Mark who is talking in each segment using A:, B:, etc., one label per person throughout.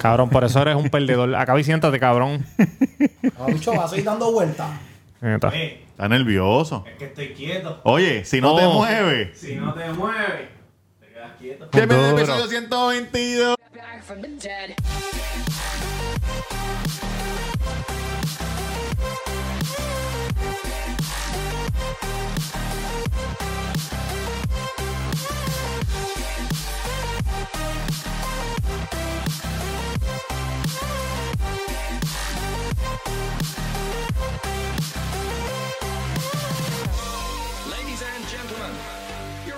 A: Cabrón, por eso eres un perdedor. Acá y siéntate, cabrón.
B: Mucho vas a ir dando vueltas.
A: Neta.
C: Oye,
D: Está nervioso.
C: es que estoy quieto.
D: Oye, si no te
A: Oh.
D: mueves.
C: Si no te mueves, te quedas quieto.
D: Bienvenido al
A: Duro.
D: episodio 122.
E: back from the dead.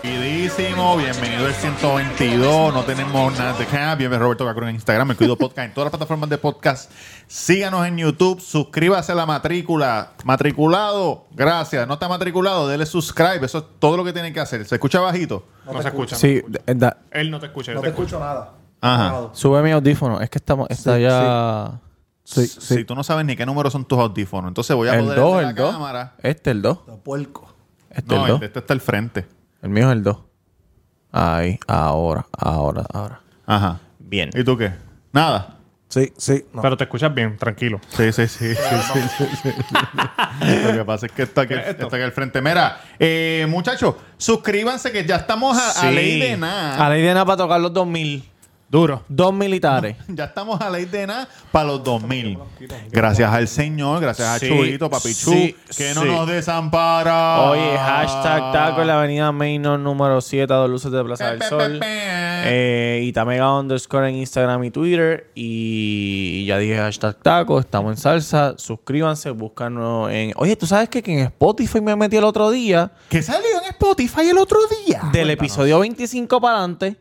D: Queridísimo, bienvenido al 122. No tenemos nada de cap. Bienvenido Roberto Cacrón en Instagram, el Cuido Podcast, en todas las plataformas de podcast. Síganos en YouTube, suscríbase a la matrícula. Matriculado, gracias. No está matriculado, dele subscribe. Eso es todo lo que tienen que hacer. ¿Se escucha bajito?
A: No, se escucha.
F: Sí, eh, da-
A: Él no te escucha.
B: No
A: él
B: te
A: te
B: escucho nada.
D: Ajá.
F: sube mi audífono. Es que estamos, está
B: Sí,
F: ya. Sí,
D: Si- Si
F: sí.
D: tú no sabes ni qué números son tus audífonos, entonces voy a
F: El
D: poder
F: 2,
D: la
F: el 2.
D: cámara.
F: Este el 2.
B: Los puercos.
F: Este
D: No,
F: el 2.
D: el de este está al frente.
F: El mío es el 2. Ahí, ahora, ahora, ahora.
D: Ajá.
A: Bien.
D: ¿Y tú qué? Nada.
B: Sí, sí. No.
A: Pero te escuchas bien, tranquilo.
D: Sí, sí, sí. sí, sí, sí, sí. Lo que pasa es que está aquí,
A: ¿Qué es esto?
D: está aquí al frente. Mira, eh, muchachos, suscríbanse que ya estamos a, a
A: Sí.
D: ley de
F: A
D: nada.
F: la idea era para tocar los 2000.
A: Duro.
F: Dos militares.
D: Ya estamos a ley de nada para los 2000. Gracias al Señor, gracias a
F: Sí,
D: Chuito, Papi Chu,
F: sí,
D: que no
F: sí.
D: nos desampara.
F: Oye, hashtag taco en la avenida Mainor número 7 a dos luces de Plaza del
D: Pe, pe,
F: Sol.
D: pe, pe.
F: Eh, y Tamega underscore en Instagram y Twitter. Y ya dije hashtag taco, estamos en salsa. Suscríbanse, búscanos en. Oye, ¿tú sabes que, que en Spotify me metí el otro día?
A: Ah,
D: ¿Qué salió en Spotify el otro día?
F: del episodio 25 para adelante.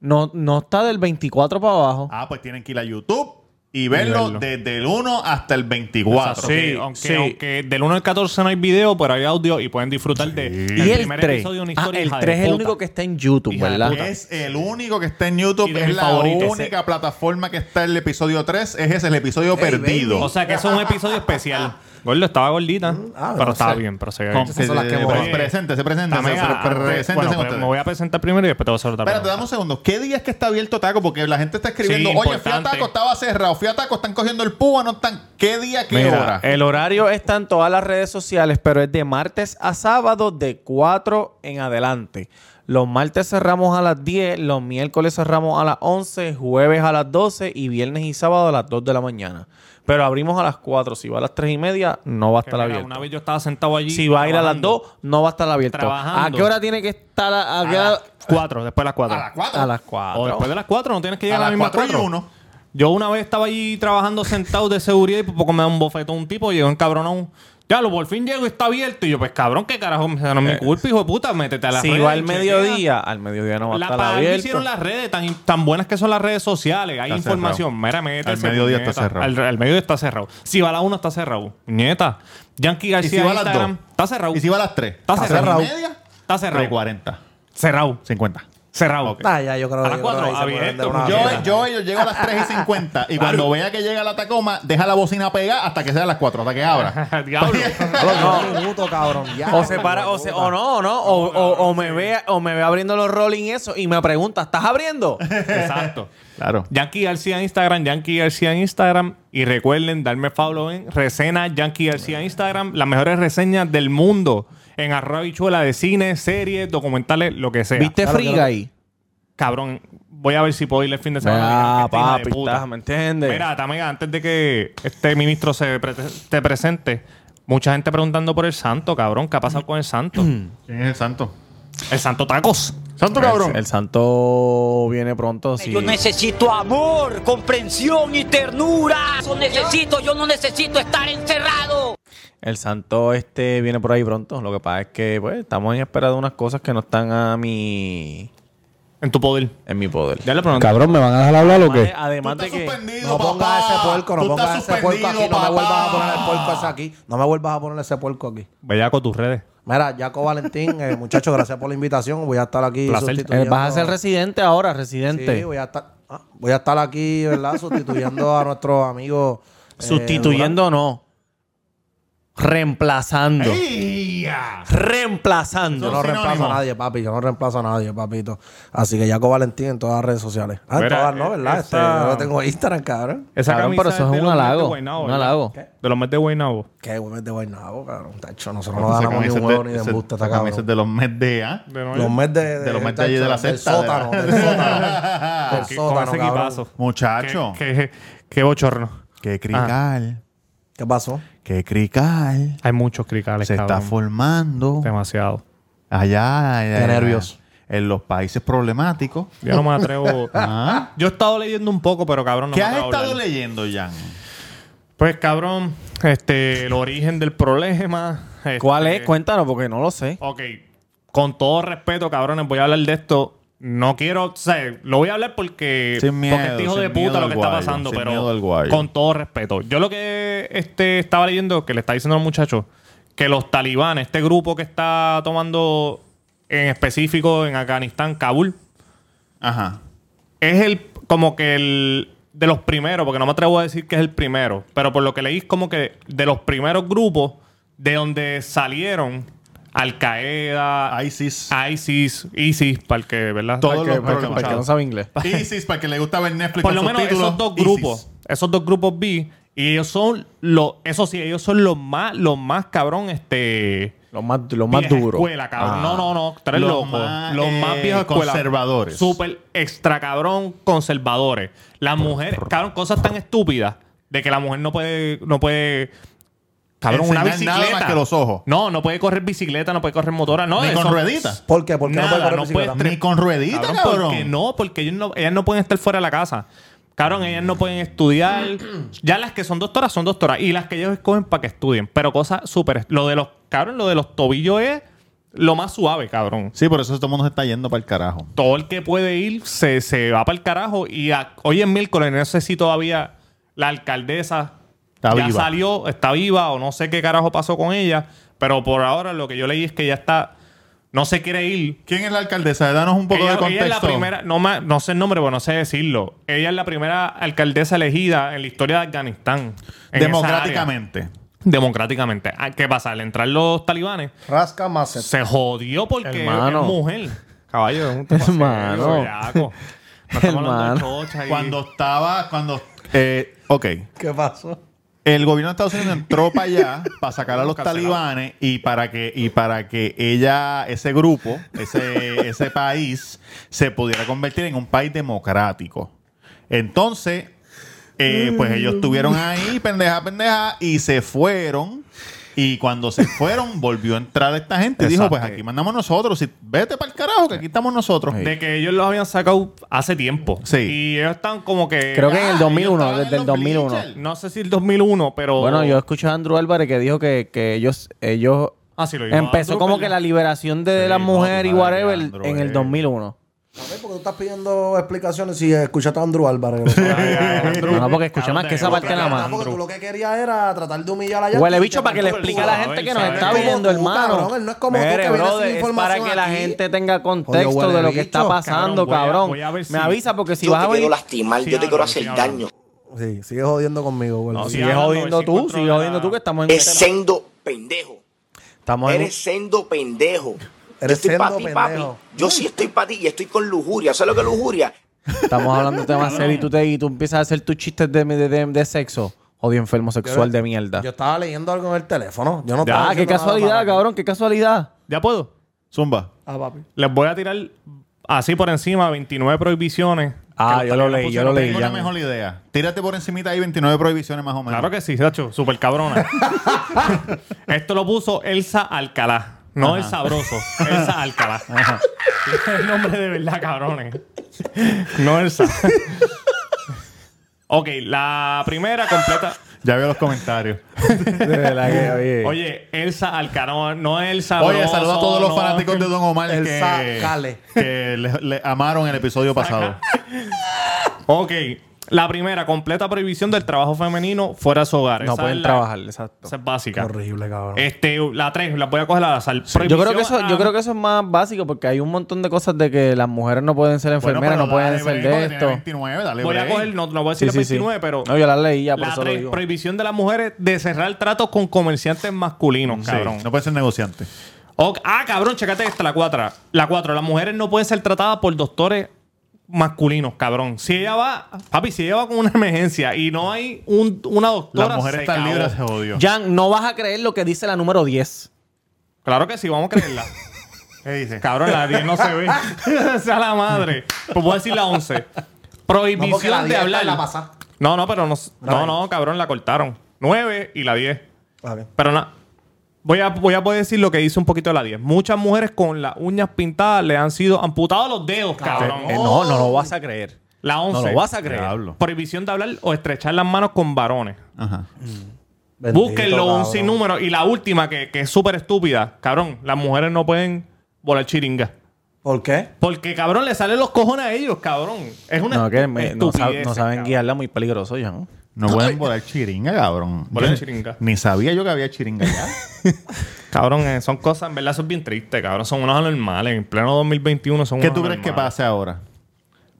F: No, no está del 24 para abajo.
D: Ah, pues tienen que ir a YouTube y verlo,
A: verlo.
D: desde el 1 hasta el 24.
A: Sí, aunque, aunque del 1 al 14 no hay video, pero hay audio y pueden disfrutar de del
F: y el
A: primer
F: 3.
A: episodio de una
F: Ah,
A: historia
F: el
A: hija de
F: 3 es el
A: puta.
F: único que está en YouTube,
A: Hija de
F: ¿verdad?
A: puta.
D: Es el único que está en YouTube.
A: Y de
D: Es
A: mis
D: la
A: favoritos.
D: única plataforma que está el episodio 3. Es ese, el episodio perdido.
A: O sea que eso es un episodio especial. Gordo, estaba gordita,
F: Mm,
B: ah,
A: pero
B: no
A: estaba
B: sé.
A: bien, pero se
D: Con-
A: veía
D: se-
B: Esas son las que
D: se-
B: molan.
D: se- presente, se presente.
A: Tamega,
D: se- pre-
A: antes-
D: presente
A: bueno,
D: con
A: pues,
D: ustedes.
A: me voy a presentar primero y después te voy a saludar.
D: Espérate, dame un segundo. ¿Qué día es que está abierto Taco? Porque la gente está escribiendo,
A: Sí,
D: oye, fui a
A: importante.
D: Taco, estaba cerrado, fui a Taco, están cogiendo el púa, no están. ¿Qué día, qué
F: Mira,
D: hora?
F: el horario está en todas las redes sociales, pero es de martes a sábado de 4 en adelante. Los martes cerramos a las 10, los miércoles cerramos a las 11, jueves a las 12 y viernes y sábado a las 2 de la mañana. Pero abrimos a las 4. Si va a las 3 y media, no va a
A: Que
F: estar
A: mira,
F: abierto.
A: Una vez yo estaba sentado allí.
F: Si va a ir a las
A: trabajando.
F: 2, no va a estar abierto. ¿A
A: Trabajando.
F: qué hora tiene que estar? A, a qué hora-
D: las
A: Cuatro, después de las
D: a
A: cuatro.
D: las 4.
F: A las
A: O
F: 4.
A: después de las cuatro, no tienes que llegar a,
D: Ah, A
A: la
D: las
A: misma
D: cuatro y
A: cuatro.
D: uno.
A: Yo una vez estaba allí trabajando sentado de seguridad y por poco me da un bofetón un tipo, llegó un cabronón. Ya, lo por fin llego y está abierto. Y yo, pues cabrón, qué carajo, no es
D: Eh,
A: mi culpa, hijo de puta, métete a la
F: Si
A: red,
F: va al
A: chequea.
F: mediodía, al mediodía no va a
A: La
F: estar
A: para
F: abierto.
A: hicieron las redes tan, tan buenas que son las redes sociales. Hay
D: Está
A: información.
D: cerrado.
A: Mira, métete,
D: Al mediodía
A: puñeta.
D: está cerrado.
A: Al, al mediodía está cerrado. Si va a la 1 está cerrado. Nieta. Yankee
D: ¿Y
A: García
D: si va a las
A: Instagram,
D: 2?
A: está cerrado.
D: ¿Y si va a las 3?
A: Está cerrado.
D: media?
A: Está cerrado.
D: 3.40.
A: Cerrado.
D: 50.
A: Cerrado.
B: Ah, ya, yo creo
A: A las
B: yo creo
A: cuatro,
B: ahí se pueden
A: abierto,
B: dar una
A: Ah,
D: Yo,
B: vuelta.
D: yo, yo llego a las 3 y 50 y cuando vea que llega la Tacoma, deja la bocina pegada hasta que sea las 4, hasta que abra.
A: Diablo.
B: No, no, minuto, cabrón. Ya,
F: O se para, o, se- o no, o no, o, o- o me ve, o me ve abriendo los rolling eso y me pregunta, ¿estás abriendo?
A: Exacto.
D: Claro.
A: Yankee García en Instagram, Yankee García en Instagram. Y recuerden darme follow en Resena Yankee García en Instagram. Las mejores reseñas del mundo en arroba bichuela de cine, series, documentales, lo que sea.
F: ¿Viste
B: Claro,
F: Free
B: claro.
F: Guy?
A: Cabrón, voy a ver si puedo ir el fin de semana.
F: Ah,
A: Mira, hija de
F: papi,
A: puta.
F: estás, ¿me entiendes?
A: Mira, Tamega, antes de que este ministro se pre- te presente, mucha gente preguntando por el santo, cabrón. ¿Qué ha pasado con el santo?
D: ¿Quién es el santo?
A: el santo tacos.
D: Santo
F: El, el santo viene pronto, sí.
G: Yo necesito amor, comprensión y ternura. Eso necesito, yo no necesito estar encerrado.
F: El santo este viene por ahí pronto. Lo que pasa es que, pues, estamos en espera de unas cosas que no están a mi...
A: En tu poder.
F: en mi poder.
A: Ya le pregunté.
H: Cabrón, ¿me van a dejar hablar o
F: Además de-
H: qué?
F: Además
D: Tú
F: de
D: estás
F: que...
D: suspendido,
B: No pongas
D: papá.
B: ese puerco, no
D: Tú
B: pongas
D: estás
B: ese puerco aquí.
D: suspendido,
B: No me vuelvas a poner el
D: papá.
B: puerco ese aquí. No me vuelvas a poner ese puerco aquí.
A: Bellaco tus redes.
B: Mira, Jaco Valentín, eh, muchachos, gracias por la invitación. Voy a estar aquí
A: Placer.
F: Eh,
B: sustituyendo.
F: Vas a ser residente ahora, residente.
B: Sí, voy a estar, ah, voy a estar aquí, ¿verdad? Sustituyendo a nuestros amigos. eh,
F: Sustituyendo no.
B: Durán.
F: reemplazando.
D: ¡Ea!
B: Yo
F: Reemplazando.
B: no
D: Son
B: reemplazo a
D: sinónimos.
B: nadie, papi. Yo no reemplazo a nadie, papito. Así que Jaco Valentín en todas las redes sociales. Ah, en
A: Mira,
B: todas, ¿no?
A: eh,
B: ¿Verdad?
A: esa-
B: Este, yo no tengo Instagram, cabrón.
A: Esa
F: Cabrón,
A: camisa
F: pero eso es
A: de
F: un
A: los Mets de
F: halago,
A: Guaynabo,
F: un
A: ¿verdad?
F: halago.
A: ¿Qué? De los Mets de Guaynabo.
B: Qué güey, de Guaynabo, cabrón. Tacho, nosotros no
D: Esa
B: ganamos ni un
D: camiseta-
B: juego ni de
D: esa-
B: embuste,
D: esa
B: está cabrón.
D: camiseta este de los Mets de ¿ah? A.
A: De nuevo.
B: Los Mets de, eh,
D: de los Mets de allí de la
B: tacho, del
D: sexta, de la-
B: sótano, del sótano.
D: Ah,
B: del
A: Con-
B: sótano,
A: Con ese
B: cabrón.
A: equipazo.
D: Muchacho.
A: Qué, qué- qué Ah. bochorno.
D: Que crical.
B: ¿Qué pasó?
D: Que crical.
A: Hay muchos cricales,
D: Se está
A: cabrón.
D: formando
A: Demasiado.
D: allá. allá,
B: Qué
D: allá,
B: nervios.
D: En los países problemáticos.
A: Yo no me atrevo.
D: Ah.
A: Yo he estado leyendo un poco, pero cabrón, no
D: ¿Qué
A: me
D: has
A: atrevo a
D: estado
A: hablar.
D: leyendo, Jan?
A: Pues cabrón, este, el origen del problema. este,
F: ¿Cuál es? Cuéntanos, porque no lo sé.
A: Ok, con todo respeto, cabrones, voy a hablar de esto. No quiero, o sea, lo voy a hablar porque,
D: Sin miedo,
A: porque este hijo
D: sin
A: de
D: miedo
A: puta lo
D: al
A: que
D: guayo,
A: está pasando,
D: sin
A: pero
D: miedo al guayo.
A: con todo respeto. Yo lo que este, estaba leyendo, que le está diciendo al muchacho, que los talibanes, este grupo que está tomando en específico en Afganistán, Kabul,
D: Ajá.
A: es el como que el de los primeros, porque no me atrevo a decir que es el primero, pero por lo que leí es como que de los primeros grupos de donde salieron Al Qaeda,
D: ISIS.
A: Ah. ISIS, ISIS, para el que, ¿verdad?
D: Todos
A: Para el que-
D: los
A: para el que
D: problemas.
A: escuchaba.
F: no sabe inglés.
D: ISIS, para que le gusta ver Netflix
A: Por
D: con
A: lo menos
D: subtítulos,
A: esos dos
D: ISIS.
A: grupos, esos dos grupos vi, y ellos son los, eso sí, ellos son los más, los más cabrón, este.
F: Lo más, lo más
A: vieja
F: duro.
A: escuela, cabrón.
D: Ah.
A: No, no, no. Tres
D: Los
A: locos.
D: más,
A: los
D: eh,
A: más viejos escuela.
D: conservadores.
A: Súper extra cabrón conservadores. Las mujeres, cabrón, cosas tan estúpidas de que la mujer no puede, no puede. Cabrón, una
D: Enseñar nada
A: bicicleta.
D: más que los ojos.
A: No, no puede correr bicicleta, no puede correr motora, no.
D: Ni con
A: eso-
D: rueditas.
B: ¿Por qué? ¿Por qué
A: Nada,
B: no puede correr
A: no
B: bicicleta?
A: puedes-
D: Ni con rueditas,
A: Cabrón,
D: cabrón.
A: porque no, porque ellos no, ellas no pueden estar fuera de la casa. Cabrón, ellas no pueden estudiar. ya las que son doctoras son doctoras. Y las que ellos escogen para que estudien. Pero cosas súper. Lo de los, cabrón, lo de los tobillos es lo más suave, cabrón.
D: Sí, por eso todo el mundo se está yendo para el carajo.
A: Todo el que puede ir se, se va para el carajo. Y a- hoy en miércoles, no sé si todavía la alcaldesa
D: Está
A: ya
D: viva.
A: salió, está viva o no sé qué carajo pasó con ella. Pero por ahora lo que yo leí es que ya está. No se quiere ir
D: ¿Quién es la alcaldesa? Danos un poco
A: ella,
D: de contexto.
A: ella es la primera, no, ma- no sé el nombre, pero no sé decirlo. Ella es la primera alcaldesa elegida en la historia de Afganistán. en
D: Democráticamente.
A: esa área. Democráticamente. Ah, ¿Qué pasa? Al entrar los talibanes,
B: Rasca más.
A: se jodió porque
F: Hermano.
A: es mujer. Caballo, es un tema
F: Hermano.
A: serio, bellaco. No estamos hablando
F: Hermano.
A: de chocha y-
D: Cuando estaba, cuando... eh, ok.
B: ¿Qué pasó?
D: El gobierno de Estados Unidos entró para allá para sacar a los
A: Cancelado.
D: talibanes y para que y para que ella, ese grupo, ese, ese país, se pudiera convertir en un país democrático. Entonces, eh, pues ellos estuvieron
A: Mm.
D: ahí, pendeja, pendeja, y se fueron. Y cuando se fueron, volvió a entrar esta gente y dijo:
A: Exacto.
D: Pues aquí mandamos nosotros. y vete para el carajo, que aquí estamos nosotros.
A: De que ellos los habían sacado hace tiempo.
D: Sí.
A: Y ellos están como que.
F: Creo que en
D: Ah,
F: el
D: ellos
F: 2001,
D: estaban
F: desde
D: en
F: el
D: los
F: 2001.
D: bleachers.
A: No sé si el 2001, pero.
F: Bueno, yo escuché a Andrew Álvarez que dijo que, que ellos, ellos
A: Ah, sí, lo dijo
F: empezó
A: Andrew,
F: como
A: ¿verdad?
F: que la liberación de
D: Sí,
F: la
D: no,
F: mujer
D: tu
F: y
D: madre,
F: whatever
D: Andrew,
F: en el
D: eh.
F: 2001.
B: A ver, porque tú estás pidiendo explicaciones si escuchaste a Andrew Álvarez. que lo sabe.
A: Ay, ay, Andrew.
F: No, no, porque escuché más que esa
A: Cabrón,
F: parte nada
B: Ah,
F: más.
B: porque tú
A: Andrew.
B: lo que querías era tratar de humillar a Yankee.
F: Huele bicho para que le
A: Pero tú,
F: explique a la
A: a
F: gente
A: ver,
F: que nos
A: ¿sabes?
F: está
A: Él no es como
F: viendo,
B: tú,
F: hermano.
B: cabrón, él no es como tú que
F: Mire,
B: viene sin
F: brother, es
B: información
F: para que la
B: aquí.
F: gente tenga
B: Jodido,
F: contexto
B: huele
F: de lo que está
B: bicho.
A: Cabrón,
F: pasando,
A: voy a-
F: cabrón.
A: voy a ver si-
F: Me avisa porque si
E: yo
F: vas a
E: te quiero
F: venir...
E: lastimar,
A: Sí,
E: yo te quiero
A: hablan,
E: hacer
A: sí, hablan.
E: daño.
B: Sí, sigue jodiendo conmigo, güey.
A: No, sí,
F: Sigue
A: hablan,
F: jodiendo tú,
A: 954
F: sigue jodiendo
A: era-
F: tú que estamos en un
E: Eres
F: tema.
E: sendo pendejo.
F: Estamos en un-
E: Eres sendo pendejo.
B: Eres
E: yo estoy pa'
B: sendo
E: ti,
B: pendejo.
E: papi. Yo sí estoy para ti y estoy con lujuria. ¿Sabes lo que es lujuria?
F: Estamos hablando de temas serios y tú, te, y tú empiezas a hacer tus chistes de, de, de, de sexo. Odio enfermo sexual de mierda.
B: Yo estaba leyendo algo en el teléfono. Yo no estaba
F: Ah, qué
B: haciendo nada para
F: casualidad,
B: acá.
F: cabrón, qué casualidad.
A: ¿Ya puedo?
D: Zumba.
B: Ah, papi.
A: Les voy a tirar así por encima 29 prohibiciones.
F: Ah,
A: que
F: yo
A: los
F: lo
A: talibanes
F: leí, yo
A: pusieron
F: lo leí.
A: en-
D: Tengo la
F: Jan.
D: mejor idea. Tírate por encimita ahí 29 prohibiciones más o menos.
A: Claro que sí, Sacho, súper cabrona. Esto lo puso Elsa Alcalá, no el sabroso, Elsa Alcalá. Es el nombre de verdad, cabrones. No Elsa. ok, la primera completa.
D: Ya veo los comentarios.
F: De verdad que, oye.
A: Oye, Elsa Alcalá, no, no el sabroso.
D: Oye, saludo a todos los
A: no.
D: fanáticos de Don Omar
B: El
D: que,
B: sacale.
D: que le, le amaron el episodio pasado.
A: Ok, La primera, completa prohibición del trabajo femenino fuera de su hogar.
F: No
A: Esa
F: pueden
A: es la-
F: trabajar, exacto.
A: Esa es básica.
B: Horrible, cabrón.
A: Este, la tres, la voy a coger a la sal.
F: Yo creo, que eso, yo creo que eso es más básico porque hay un montón de cosas de que las mujeres no pueden ser
D: Bueno,
F: enfermeras,
D: pero
F: no pueden
D: dale
F: ser
D: break, porque
F: de
D: tiene
F: esto.
D: 29, dale
A: Voy a
D: break.
A: coger, no, no voy a decir
F: Sí,
A: la
F: sí, sí.
A: 29, pero.
F: No, yo la leía, por
A: la
F: eso lo
A: tres,
F: digo.
A: prohibición de las mujeres de cerrar tratos con comerciantes masculinos,
D: Sí,
A: cabrón.
D: No puede ser negociante.
A: Ok, ah, cabrón, checate esta, la 4. La 4. Las mujeres no pueden ser tratadas por doctores masculinos, cabrón. Si ella va, papi, si ella va con una emergencia y no hay un, una doctora.
D: Las mujeres
A: se
D: están
A: cagó.
D: libres, se jodió.
F: Jan, no vas a creer lo que dice la número 10.
A: Claro que sí, vamos a creerla.
D: ¿Qué dice?
A: cabrón, la 10 no se ve. sea la madre. Pues voy a decir la 11. Prohibición de hablar. no, no, pero no. No, no, cabrón, la cortaron. 9 y la 10.
B: Ok.
A: Pero na- Voy a, voy a poder decir lo que dice un poquito de la 10. Muchas mujeres con las uñas pintadas le han sido amputados los dedos, cabrón.
F: Eh, no, no lo vas a creer.
A: La 11.
F: No lo vas a creer.
D: Diablo.
A: Prohibición de hablar o estrechar las manos con varones.
D: Ajá.
B: Bendito,
A: Búsquenlo un
B: cabrón.
A: sinnúmero. Y la última, que, que es súper estúpida. Cabrón, las mujeres no pueden volar chiringa.
B: ¿Por qué?
A: Porque, cabrón, le salen los cojones a ellos, cabrón. Es una
F: No, que me- no, sab-
A: estupidez,
F: no saben
A: cabrón.
F: guiarla, muy peligroso, Jan.
D: No pueden volar chiringa, cabrón.
A: Volar
D: Yo
A: chiringa.
D: Ni sabía yo que había chiringa ya.
A: Cabrón, eh, son cosas, en verdad, eso es bien triste, cabrón. Son unos anormales. En pleno 2021 son
D: ¿Qué
A: unos
D: tú crees que
A: anormales.
D: pase ahora?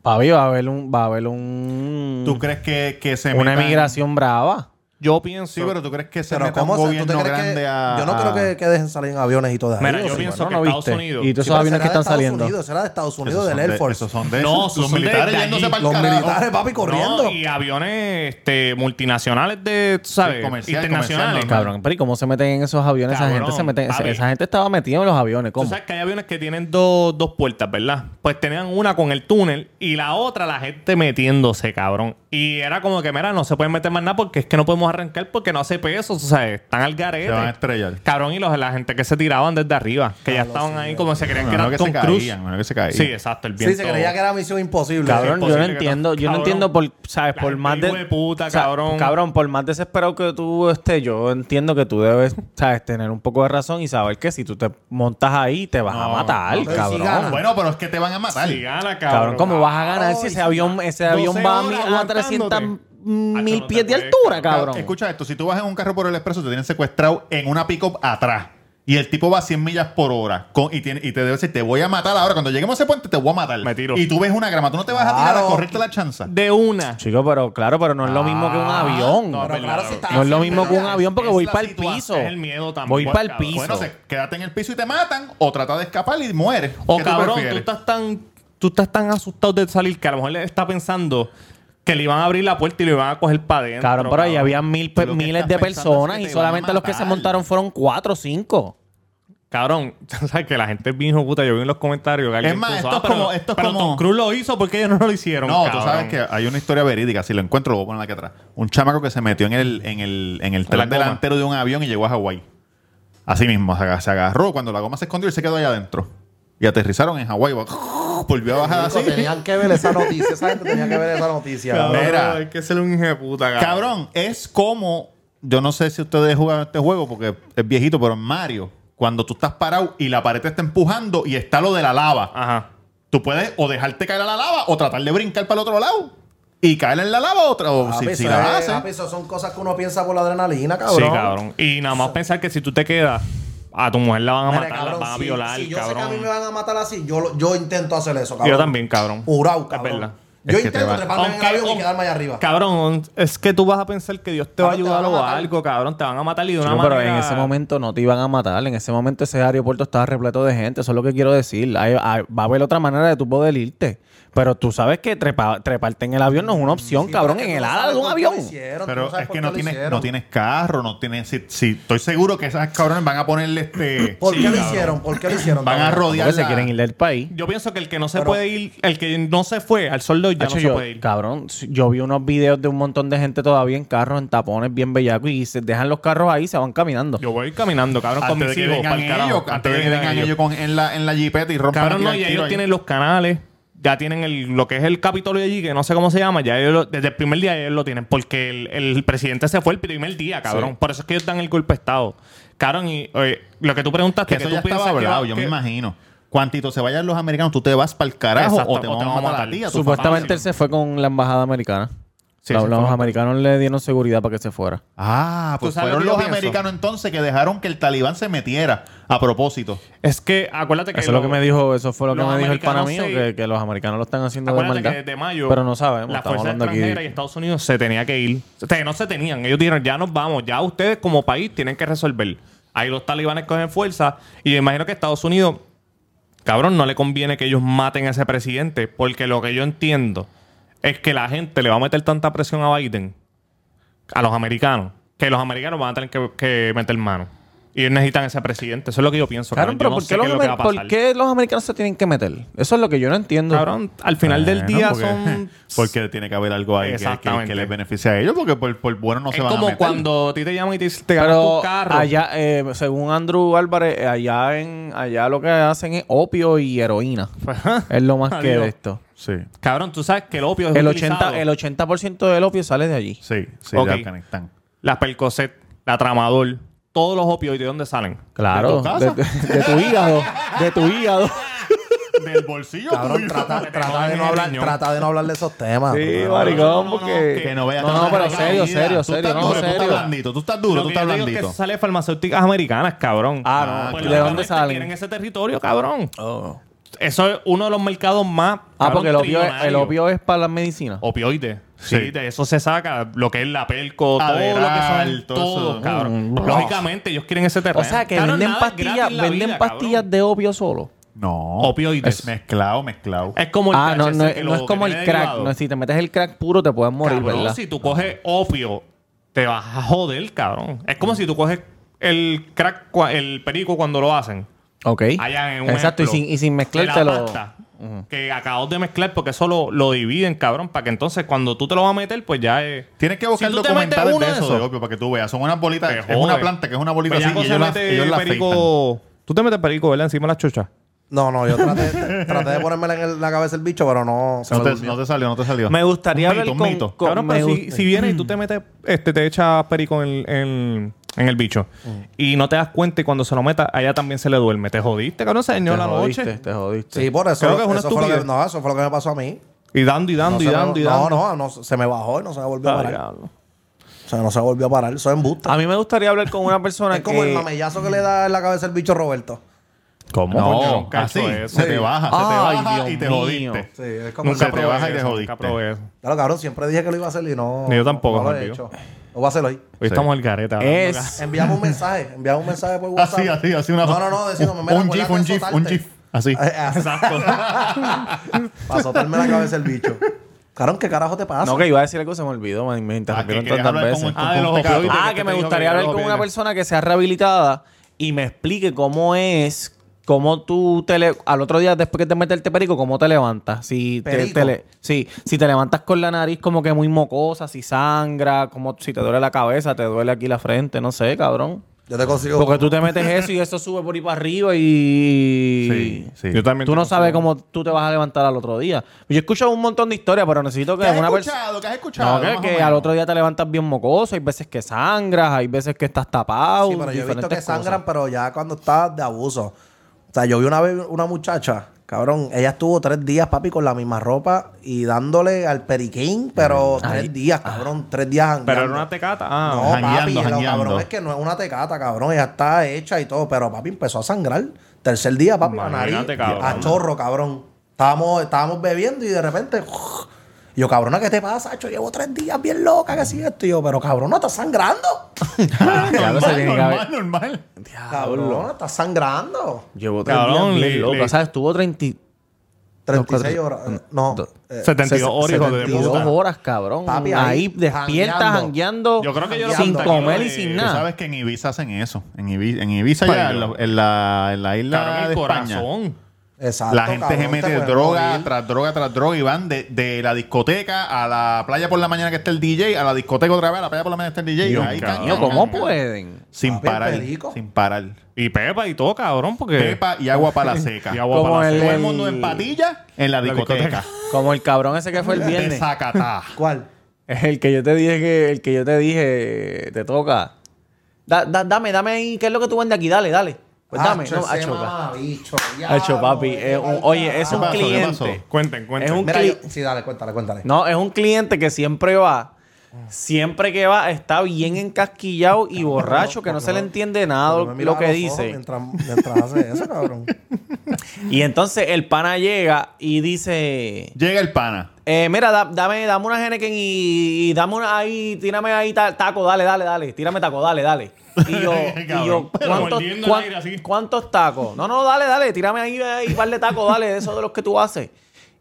F: Papi, va a haber un, va a haber un
D: ¿Tú crees que, que se
F: una
D: metan-
F: emigración brava.
A: Yo pienso...
D: Sí, pero ¿tú crees que se
B: Pero
D: meta un
B: ¿cómo se- tú te
D: gobierno
B: crees que-
D: grande a...?
B: Yo no creo que,
D: a-
B: que dejen salir en aviones y todo de ahí,
A: Mira,
B: o
A: yo
B: sea,
A: pienso
F: No,
A: que
F: no
A: Estados
F: viste.
A: Unidos...
F: Y todos
B: Sí,
F: esos
B: pero
F: aviones que
B: será de
F: están
B: Estados
F: saliendo.
B: Unidos, será de Estados
D: Esos
B: Unidos,
D: son
B: del Air
D: de-
B: Force.
D: esos son de
A: No,
D: esos-
A: son
D: los
A: de-
D: militares
A: de
D: yéndose
A: allí.
D: para el
B: Los
D: carajo.
B: militares, papi, corriendo.
A: No, y aviones este, multinacionales de, tú sabes,
D: Sí, comercial,
A: internacionales.
D: comercial,
F: Cabrón, pero ¿y cómo se meten en esos aviones? esa
A: Cabrón,
F: gente se mete, esa,
A: papi.
F: esa gente estaba metida en los aviones.
A: Tú
F: ¿Cómo?
A: sabes que hay aviones que tienen dos, dos puertas, ¿verdad? Pues tenían una con el túnel y la otra la gente metiéndose, cabrón. Y era como que, mira, no se pueden meter más nada porque es que no podemos arrancar porque no hace peso, o sea, están al garete.
D: Se van a estrellar.
A: Cabrón, y los, la gente que se tiraban desde arriba, que
D: Ah,
A: ya estaban ahí como se creían
D: No,
A: que
D: no,
A: eran
D: que
A: Tom
D: se
A: Cruise.
D: caían, no, que se caían.
A: Sí, exacto, el
B: Sí,
A: viento.
B: se creía que era misión imposible.
F: Cabrón, yo no
A: imposible que
F: entiendo,
A: no.
F: yo no
A: Cabrón.
F: entiendo por, sabes,
A: La
F: por
A: gente
F: más de,
A: hijo de puta,
F: o sea,
A: cabrón.
F: cabrón, por más desesperado que tú estés, yo entiendo que tú debes, sabes, tener un poco de razón y saber que si tú te montas ahí te vas a
D: No,
F: matar,
D: no,
B: pero si
F: cabrón.
B: gana.
D: Bueno, pero es que te van a matar.
A: Sí, gana,
F: Cabrón,
A: cabrón.
F: ¿cómo vas a ganar
B: Ay,
F: si ese avión, ese
A: 12
F: avión va a,
A: horas
F: mil- a 300
A: aguantándote. Hacho,
F: mil
A: no te
F: pies de
A: puedes,
F: altura,
D: Cabrón,
F: cabrón?
D: Escucha esto, si tú vas en un carro por el expreso, te tienen secuestrado en una pick-up atrás. Y el tipo va a 100 millas por hora. con- y, tiene- y te debe decir, te voy a matar ahora. Cuando lleguemos a ese puente, te voy a matar.
A: Me tiro.
D: Y tú ves una grama. Tú no te vas a tirar
B: Claro.
D: a correrte la chanza.
A: De una.
F: Chico, pero claro, pero no es lo mismo que un avión.
A: no,
B: Pero claro, si está-
F: No es lo mismo que un
D: Es-
F: avión porque
D: es
F: voy
D: la
F: para el
D: situación,
F: piso.
A: es el miedo también,
F: Voy para el
A: cabrón.
F: piso.
D: Bueno, se- quédate en el piso y te matan. O trata de escapar y mueres.
A: O
D: ¿Qué
A: cabrón, tú,
D: prefieres?
A: estás tan tú estás tan asustado de salir que a lo mejor le está pensando que le iban a abrir la puerta y le iban a coger para adentro.
F: Cabrón, pero ahí había mil,
D: Tú lo que
F: miles de
D: estás pensando es
F: personas
D: que
F: y
D: te
F: solamente
D: van a
F: los que se
D: matar.
F: montaron fueron cuatro o cinco.
A: Cabrón, tú sabes que la gente es bien hijo de puta. Yo vi en los comentarios que alguien
D: más,
A: puso, "Ah,
D: esto es
A: pero-
D: como- esto es
A: pero
D: como-
A: Tom Cruise lo hizo porque ellos no lo hicieron,
D: No, tú
A: cabrón.
D: sabes que hay una historia verídica. Si lo encuentro, lo voy a poner aquí atrás. Un chamaco que se metió en el, en el, en el
A: la
D: tren
A: goma.
D: delantero de un avión y llegó a Hawái. Así mismo, se aga- se agarró. Cuando la goma se escondió, él se quedó allá adentro. Y aterrizaron en Hawái. Volvió a bajar así.
B: Chico, Tenían que ver esa noticia. Esa gente tenía que ver esa noticia.
A: Cabrón,
D: Mira.
A: hay que ser un hijo de puta, cabrón.
D: Cabrón, es como. Yo no sé si ustedes jugaron este juego porque es viejito, pero en Mario, cuando tú estás parado y la pared te está empujando y está lo de la lava,
A: Ajá.
D: tú puedes o dejarte caer a la lava o tratar de brincar para el otro lado y caer en la lava otra. O
B: Papi, eso
D: si, Ah, si la
B: es-
D: haces.
B: Ah, papi, eso son cosas que uno piensa por la adrenalina, cabrón.
A: Sí, cabrón. Y nada más pensar que si tú te quedas, a tu mujer la van a
B: Mire,
A: matar, la
B: cabrón,
A: van a
B: si-
A: violar,
B: si, yo
A: cabrón.
B: sé que a mí me van a matar así, yo, lo- yo intento hacer eso, cabrón.
A: Yo también, cabrón.
B: Jurado,
A: Es verdad.
B: cabrón. Yo
D: Es que te
B: intento
D: va-
B: treparme en el avión
A: aunque-
B: y quedarme allá arriba.
A: Cabrón, es que tú vas a pensar que Dios te va a
B: Cabrón, te
A: ayudar
B: van a
A: o
B: matar.
A: algo, cabrón. Te van a matar y de una
F: Chico,
A: manera...
F: pero en ese momento no te iban a matar. En ese momento ese aeropuerto estaba repleto de gente. Eso es lo que quiero decir. Hay- hay- va a haber otra manera de tú poder irte. Pero tú sabes que trepa- treparte en el avión no es una opción,
B: Sí,
F: cabrón.
B: pero es
F: En
B: que
F: el
B: tú no
F: ala
B: sabes
F: de un
B: por qué lo
F: avión.
B: hicieron, tú
D: Pero
B: sabes
D: es
B: por
D: que
B: qué
D: no
B: lo
D: tienes,
B: hicieron.
D: no tienes carro, no tienes. Si, si- estoy seguro que esas cabrones van a ponerle este.
B: ¿Por
D: Sí,
B: qué lo
D: cabrón.
B: hicieron? ¿Por qué lo hicieron?
D: Van a
B: cabrón?
D: rodear.
F: Porque se quieren ir del país.
A: Yo pienso que el que no se
B: Pero-
A: puede ir, el que no se fue al sol de hoy ya
F: Hacho,
A: no se
F: yo-
A: puede ir.
F: Cabrón, si- yo vi unos videos de un montón de gente todavía en carros, en tapones, bien bellacos, y se dejan los carros ahí y se van caminando.
A: Yo voy caminando, cabrón, con
D: Antes de
A: mis
D: que
A: hijos.
D: vengan
A: pa'l carajo,
D: ellos, antes de que vengan ellos con- en la, en la jipeta y rompan
A: Cabrón,
D: aquí
A: no,
D: el
A: ya
D: tiro
A: ellos
D: ahí.
A: tienen los canales, ya tienen el, lo que es el Capitolio allí, que no sé cómo se llama, ya ellos lo- desde el primer día ellos lo tienen, porque el, el presidente se fue el primer día, cabrón. Por eso es que ellos dan el golpe de Estado. Cabrón, y oye, lo que tú preguntaste,
D: Que
A: que,
D: eso
A: tú
D: ya
A: piensas
D: estaba
A: que va-
D: hablado, yo me
A: que-
D: imagino. Cuantito se vayan los americanos, tú te vas para el carajo
A: Exacto,
D: o te
A: o
D: van
A: te
D: a
A: van a
D: matar a
A: matar.
D: ti, a tu
F: Supuestamente
D: familia.
F: él se fue con la embajada americana.
D: Sí,
F: Los-
D: eso fue lo-
F: los americanos le dieron seguridad para que se fuera.
D: Ah,
A: ¿Tú
D: pues
A: sabes lo
D: fueron
A: que yo
D: los
A: pienso?
D: americanos entonces que dejaron que el talibán se metiera a propósito.
A: Es que acuérdate que
F: Eso es lo que me dijo, eso fue lo que
A: los
F: me dijo el pana mío,
A: americanos se-
F: que, que los americanos lo están haciendo de
A: Acuérdate
F: maldad.
A: que desde mayo
F: pero no sabemos,
A: la
F: estamos
A: fuerza
F: hablando aquí.
A: extranjera y Estados Unidos se tenía que ir. O sea, no se tenían. Ellos dijeron, ya nos vamos. Ya ustedes como país tienen que resolver. Ahí los talibanes cogen fuerza. Y yo imagino que Estados Unidos, cabrón, no le conviene que ellos maten a ese presidente. Porque lo que yo entiendo es que la gente le va a meter tanta presión a Biden, a los americanos, que los americanos van a tener que, que meter mano. Y ellos necesitan ese presidente. Eso es lo que yo pienso.
F: Cabrón,
A: cabrón. Yo
F: pero
A: no sé
F: ¿por qué los
A: es lo que va a
F: amer- ¿por
A: pasar.
F: qué los americanos se tienen que meter? Eso es lo que yo no entiendo.
A: Cabrón, al final del
D: Bueno,
A: día
D: porque-
A: son
D: Porque tiene que haber algo ahí que- que, que,
A: Exactamente.
D: les beneficie a ellos, porque por, por bueno no se
A: es
D: van a
A: como
D: meter.
A: cuando a ti te llaman y te, dicen, te ganas
F: Pero
A: tu carro.
F: allá, eh, según Andrew Álvarez, eh, allá en allá lo que hacen es opio y heroína. es lo más que
A: Adiós.
F: de esto.
D: Sí,
A: Cabrón, tú sabes que el opio es
F: El
A: utilizado.
F: 80, el 80% del opio sale de allí.
D: sí, sí,
A: Ok.
D: de Afganistán.
A: Las Percocet, la Tramadol, todos los opioides, ¿de dónde salen?
F: Claro.
D: tu casa?
F: De, de tu hígado. De tu hígado.
D: Del bolsillo
B: Cabrón,
D: tuyo.
B: trata, trata, de
A: Coño,
B: no hablar,
A: riñón.
B: trata de no hablar de esos temas.
F: Sí,
B: Cabrón.
A: no, no,
F: maricón,
A: no,
F: porque.
D: Que no veas
F: No,
D: tanta
F: pero
D: maldad.
F: serio, serio,
D: Tú estás
F: serio. No,
D: duro, Tú estás
F: serio.
D: blandito, tú estás duro,
A: Lo
D: tú
A: que
D: estás
A: yo digo es que
D: blandito.
A: eso sale de farmacéuticas americanas, cabrón.
F: Ah, no.
A: Porque
F: ¿De
A: los
F: dónde
A: cabrones
F: salen?
A: Tienen ese territorio, cabrón.
F: Oh.
A: Eso es uno de los mercados más.
F: Ah,
A: cabrón,
F: porque el opio, es,
A: trillonarios.
F: el opio es para la medicina.
A: Opioides. Sí.
D: Sí.
A: de eso se saca lo que es la pelco, todo lo que son
D: Adderall,
A: el-
D: todo eso.
A: todo, cabrón.
F: Mm.
A: Lógicamente, ellos quieren ese terreno.
F: O sea, que
A: Cabrón,
F: venden
A: nada es
F: pastillas,
A: gratis en la
F: venden
A: vida, cabrón.
F: pastillas de opio solo.
D: No.
A: Opioides.
D: Es mezclado, mezclado.
A: Es como el
F: Ah, no,
A: THC
F: no,
A: que
F: no
A: lo-
F: es
A: que
F: como el
A: tiene
F: crack.
A: derivado.
F: No, si te metes el crack puro te puedes morir,
A: Cabrón,
F: ¿verdad?
A: si tú coges opio, te vas a joder, cabrón. Es como si tú coges el crack, cua- el perico cuando lo hacen.
F: Ok.
A: Allá en un
F: Exacto, y
A: ejemplo,
F: sin, y sin
A: de
F: mezclártelo.
A: la pasta, Que acabas de mezclar porque eso lo, lo dividen, cabrón. Para que entonces cuando tú te lo vas a meter, pues ya es.
D: Tienes que buscar
A: Si tú te metes
D: documentales
A: uno
D: de
A: de
D: eso,
A: esos,
D: de opio, para que tú veas. Son unas bolitas,
A: te
D: es
A: jode.
D: una planta que es una bolita así
A: Bellaco
D: y
A: se
D: ellos la,
A: mete
D: ellos la afeitan.
A: perico- Tú te metes perico, ¿verdad? Encima de las chuchas.
B: No, no, yo traté, traté de ponérmela en el- la cabeza el bicho, pero no se
D: No
B: me
D: te,
B: durmió.
D: no te salió, no te salió.
A: Me gustaría
D: Un
A: hablar
D: mito, un
A: con-
D: mito.
F: con-
A: Cabrón,
F: me
A: pero si,
F: gusta.
A: si vienes y tú te metes, este, te echas perico en, el- en- en el bicho y no te das cuenta y cuando se lo meta, allá también se le duerme. Te jodiste, cabrón, se dañó
F: Te
A: la
F: jodiste,
A: noche.
F: te jodiste.
B: Sí, por eso.
A: Creo que es una
B: eso, fue lo que,
A: estupidez.
B: no, eso fue lo que me pasó a mí.
A: Y dando y dando
B: No,
A: y
B: se me-
A: dando y
B: no,
A: dando.
B: no, no, se me bajó y no se me volvió a
A: Ah,
B: parar.
A: diablo.
B: O sea, no se volvió a parar. Eso es embuste.
F: A mí me gustaría hablar con una persona
B: Ah, Es como el
F: que...
B: mamellazo que le da en la cabeza el bicho Roberto.
F: pues.
A: ¿Cómo? coño?
D: No,
A: Nunca he
D: así.
A: hecho eso.
D: Se te baja, se te
F: Ay,
D: baja
F: Dios
D: y te
F: mío.
D: jodiste.
B: Sí, es como
D: Nunca
B: el-
D: te bajas y te
A: eso,
D: jodiste.
A: Nunca probé eso.
B: Claro, cabrón, siempre dije que lo iba a hacer y no.
A: Ni yo tampoco,
B: no lo he
A: Juan,
B: hecho. Lo voy a hacer hoy.
A: Hoy
D: Sí.
A: estamos al careta.
F: Es...
B: Enviamos un mensaje. Enviamos un mensaje por WhatsApp.
D: Así, así, así. Una,
B: No, no, no, decimos,
D: un,
B: me
D: un gif, un gif, un gif.
B: Eh,
D: Así.
A: Exacto.
B: Para soltarme la cabeza el bicho. Cabrón, ¿qué carajo te pasa?
F: No, que iba a decir algo, se me olvidó, man, me interrumpieron
D: querías
F: tantas
D: hablar con
F: veces.
D: un-
A: ah, de los
D: Ah,
A: opioides.
F: Ah,
A: te
F: que me
A: digo
F: gustaría
A: yo
F: hablar
A: los
F: con una
A: opioides.
F: persona que sea rehabilitada y me explique cómo es, cómo tú te le- al otro día después que te metes el teperico, cómo te levantas. Si te,
B: Perico.
F: te le- sí, si te levantas con la nariz como que muy mocosa, si sangra, como si te duele la cabeza, te duele aquí la frente, no sé, cabrón.
B: Yo te consigo.
F: Porque tú te metes eso y eso sube por ahí para arriba y...
D: Sí, sí.
A: Yo también
F: Tú no
A: tengo-
F: sabes cómo tú te vas a levantar al otro día. Yo he escuchado un montón de historias, pero necesito que
D: ¿Qué has
F: una persona...
D: escuchado? ¿Qué has escuchado?
F: No, que,
D: Más o
F: que
D: menos.
F: al otro día te levantas bien mocoso, hay veces que sangras, hay veces que estás tapado.
B: Sí, pero yo he visto que
F: diferentes
B: sangran,
F: cosas.
B: pero ya cuando está de abuso. O sea, yo vi una vez una muchacha, cabrón, ella estuvo tres días, papi, con la misma ropa y dándole al periquín, pero tres días,
F: ah.
B: cabrón, tres días
A: Pero era
B: jangueando.
A: una tecata. Ah,
B: No,
A: ajá.
B: papi,
D: jangueando,
B: lo
D: jangueando.
B: cabrón es que no es una tecata, cabrón, ella está hecha y todo, pero papi empezó a sangrar. Tercer día, papi, la nariz
A: Imagínate, cabrón.
B: a chorro, cabrón. Estábamos, estábamos bebiendo y de repente... y Yo, cabrona, ¿qué te pasa? Yo llevo tres días bien loca, que si esto. Y yo, pero cabrón, no estás sangrando.
F: Ya lo sé, tiene que
D: normal,
F: haber-
D: normal.
B: Cabrón, estás sangrando.
F: Llevo tres
A: Cabrón,
F: días bien
A: le-
F: loca,
A: le-
F: ¿sabes? Estuvo 30,
B: 36 horas. No. eh,
A: 72 horas, hijo de
F: 72
A: puta.
F: horas, cabrón.
B: Papi, ahí,
F: ahí despiertas,
B: jangueando.
F: jangueando,
A: Yo creo que yo
B: lo
F: sin
B: contagié
F: comer
A: de-
F: y sin
A: tú
D: Eh, Tú
F: nada.
D: sabes que en Ibiza hacen eso. En Ibiza, en Ibiza
A: Pero-
D: allá, en la, en la- en la isla
A: Cabrón,
D: de
A: el
D: España.
A: corazón.
B: Exacto.
D: La gente
B: cabrón, este
D: se mete
B: te puedes
D: droga
B: morir.
D: tras droga tras droga y van de, de la discoteca a la playa por la mañana que está el DJ, a la discoteca otra vez, a la playa por la mañana que está el DJ.
A: Dios,
D: ahí,
A: cabrón.
D: cañón,
F: ¿Cómo
D: cañón.
F: pueden?
D: Sin
B: Papi,
D: parar.
B: perico.
D: Sin parar.
A: Y pepa y todo, cabrón, porque.
D: Pepa y agua para la seca.
A: Y agua
F: Como
A: para la
F: el-
A: seca.
D: Todo el mundo en patilla en la discoteca.
A: discoteca.
F: Como el cabrón ese que fue el
D: De
F: viernes.
D: Zacatá.
B: ¿Cuál?
F: El que yo te dije que, el que yo te dije, te toca. Da- da- dame, dame ahí, ¿qué es lo que tú vendes aquí? Dale, dale. Pues dame,
B: Hacho,
F: no,
B: ese
F: acho, pa.
B: mamabicho,
F: Hacho,
B: diablo,
F: papi.
B: vete
F: es un-
B: pa'l
F: oye, es
D: ¿Qué
F: un
D: pasó? ¿Qué
F: cliente.
D: pasó?
A: Cuenten, cuenten.
F: Es un-
B: Mira, yo-
F: cli-
B: sí, dale, cuéntale, cuéntale.
F: No, es un cliente que siempre va Siempre que va, está bien encasquillado y borracho, que no se le entiende nada
B: Porque me
F: lo
B: miraba
F: que
B: los ojos
F: dice.
B: Mientras, mientras hace eso, cabrón.
F: Y entonces el pana llega y dice:
D: Llega el pana.
F: eh, Mira, da- dame, dame una Henneken y, y dame una ahí, tírame ahí ta- taco, dale, dale, dale, tírame taco, dale, dale. Y yo, y yo,
D: Cabrón, pero
F: ¿cuántos,
A: mordiendo
F: cuán-
A: el aire así.
F: cuántos tacos? No, no, dale, dale, tírame ahí, ahí par de tacos, dale, de esos de los que tú haces.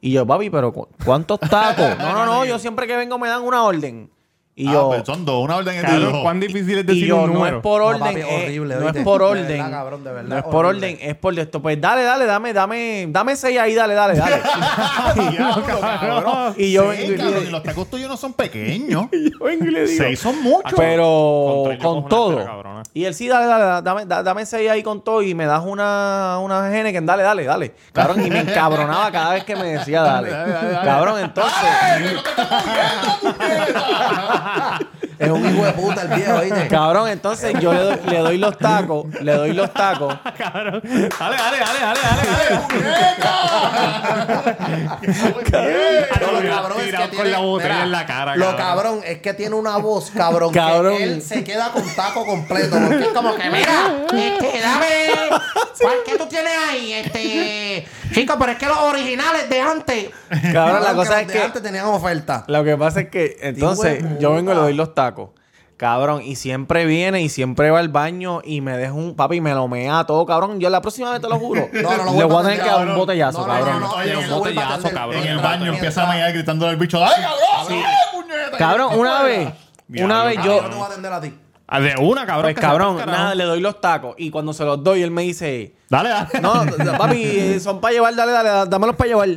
F: Y yo, papi, pero cu- ¿cuántos tacos? No, no, no, yo siempre que vengo me dan una orden. Y
D: Ah,
F: yo,
D: pero son dos, una orden de
A: Cabrón,
D: dos.
A: cuán difícil es
F: y
A: decir
F: yo
A: un
F: no es
A: número.
F: por
B: No,
F: orden,
B: papi,
F: eh,
B: horrible,
F: no es
B: ¿oíste?
F: por
B: De
F: orden,
B: verdad, cabrón, de verdad,
F: no es por
B: horrible.
F: orden, es por esto, pues dale, dale, dame, dame, dame seis ahí, dale, dale, dale.
D: Diablo, cabrón.
F: Y yo
D: Sí,
F: vengo y le-
D: cabrón, y los tacos tuyos no son pequeños.
A: Se
D: Seis son muchos.
F: Pero
A: Contra- yo
F: con
A: cojo una
F: todo.
A: entera, cabrón, eh.
F: y él sí, dale, dale, da- dame, da- dame seis ahí con todo y me das una, una que dale, dale, dale. Cabrón, y me encabronaba cada vez que me decía dale. Cabrón, entonces.
B: Es un hijo de puta el viejo, ¿viste?
F: Cabrón, entonces yo le doy, le doy los tacos, le doy los tacos.
A: Cabrón. Dale, dale, dale, dale, dale.
B: Pero lo
A: Lo hubiera
B: cabrón es
A: tirado
B: que
A: con
B: tiene-
A: la botella
B: mira,
A: en la cara,
B: Lo
A: cabrón.
B: cabrón es que tiene una voz, cabrón. que
F: Cabrón.
B: él se queda con taco completo. Porque es como que, mira, este, dame. ¿Cuál que tú tienes ahí? Este. Chicos, pero es que los originales de antes.
F: Cabrón, la cosa es
B: los de
F: que-
B: antes tenían oferta.
F: Lo que pasa es que entonces
B: Hijo de
F: yo vengo y le
B: puta.
F: doy los tacos. Cabrón, y siempre viene y siempre va al baño y me deja un papi y me lo mea todo, cabrón. Yo la próxima vez te lo juro.
B: No, no lo
F: le voy a
B: vuelvas a
F: tener que dar un
B: cabrón.
F: botellazo,
B: No, no,
F: cabrón.
B: no, no,
A: Oye,
B: no,
A: un
B: no,
A: botellazo,
B: vuelvas a
A: cabrón.
D: En
B: atender-
D: el baño
B: mientras-
D: empieza a mañar gritándole al bicho, ¡ay, cabrón! ¡Ay, puñeta!
F: Cabrón, una vez,
A: Diablo,
F: una vez
B: Ah,
F: yo,
B: yo no voy a atender a ti.
A: Ah, De una, cabrón.
F: pues
A: que se
F: cabrón,
A: fue al carajo.
F: nada, le doy los tacos. Y cuando se los doy, él me dice,
A: Dale, dale.
F: no, papi, eh, son para llevar, dale, dale, da- dámelos para llevar.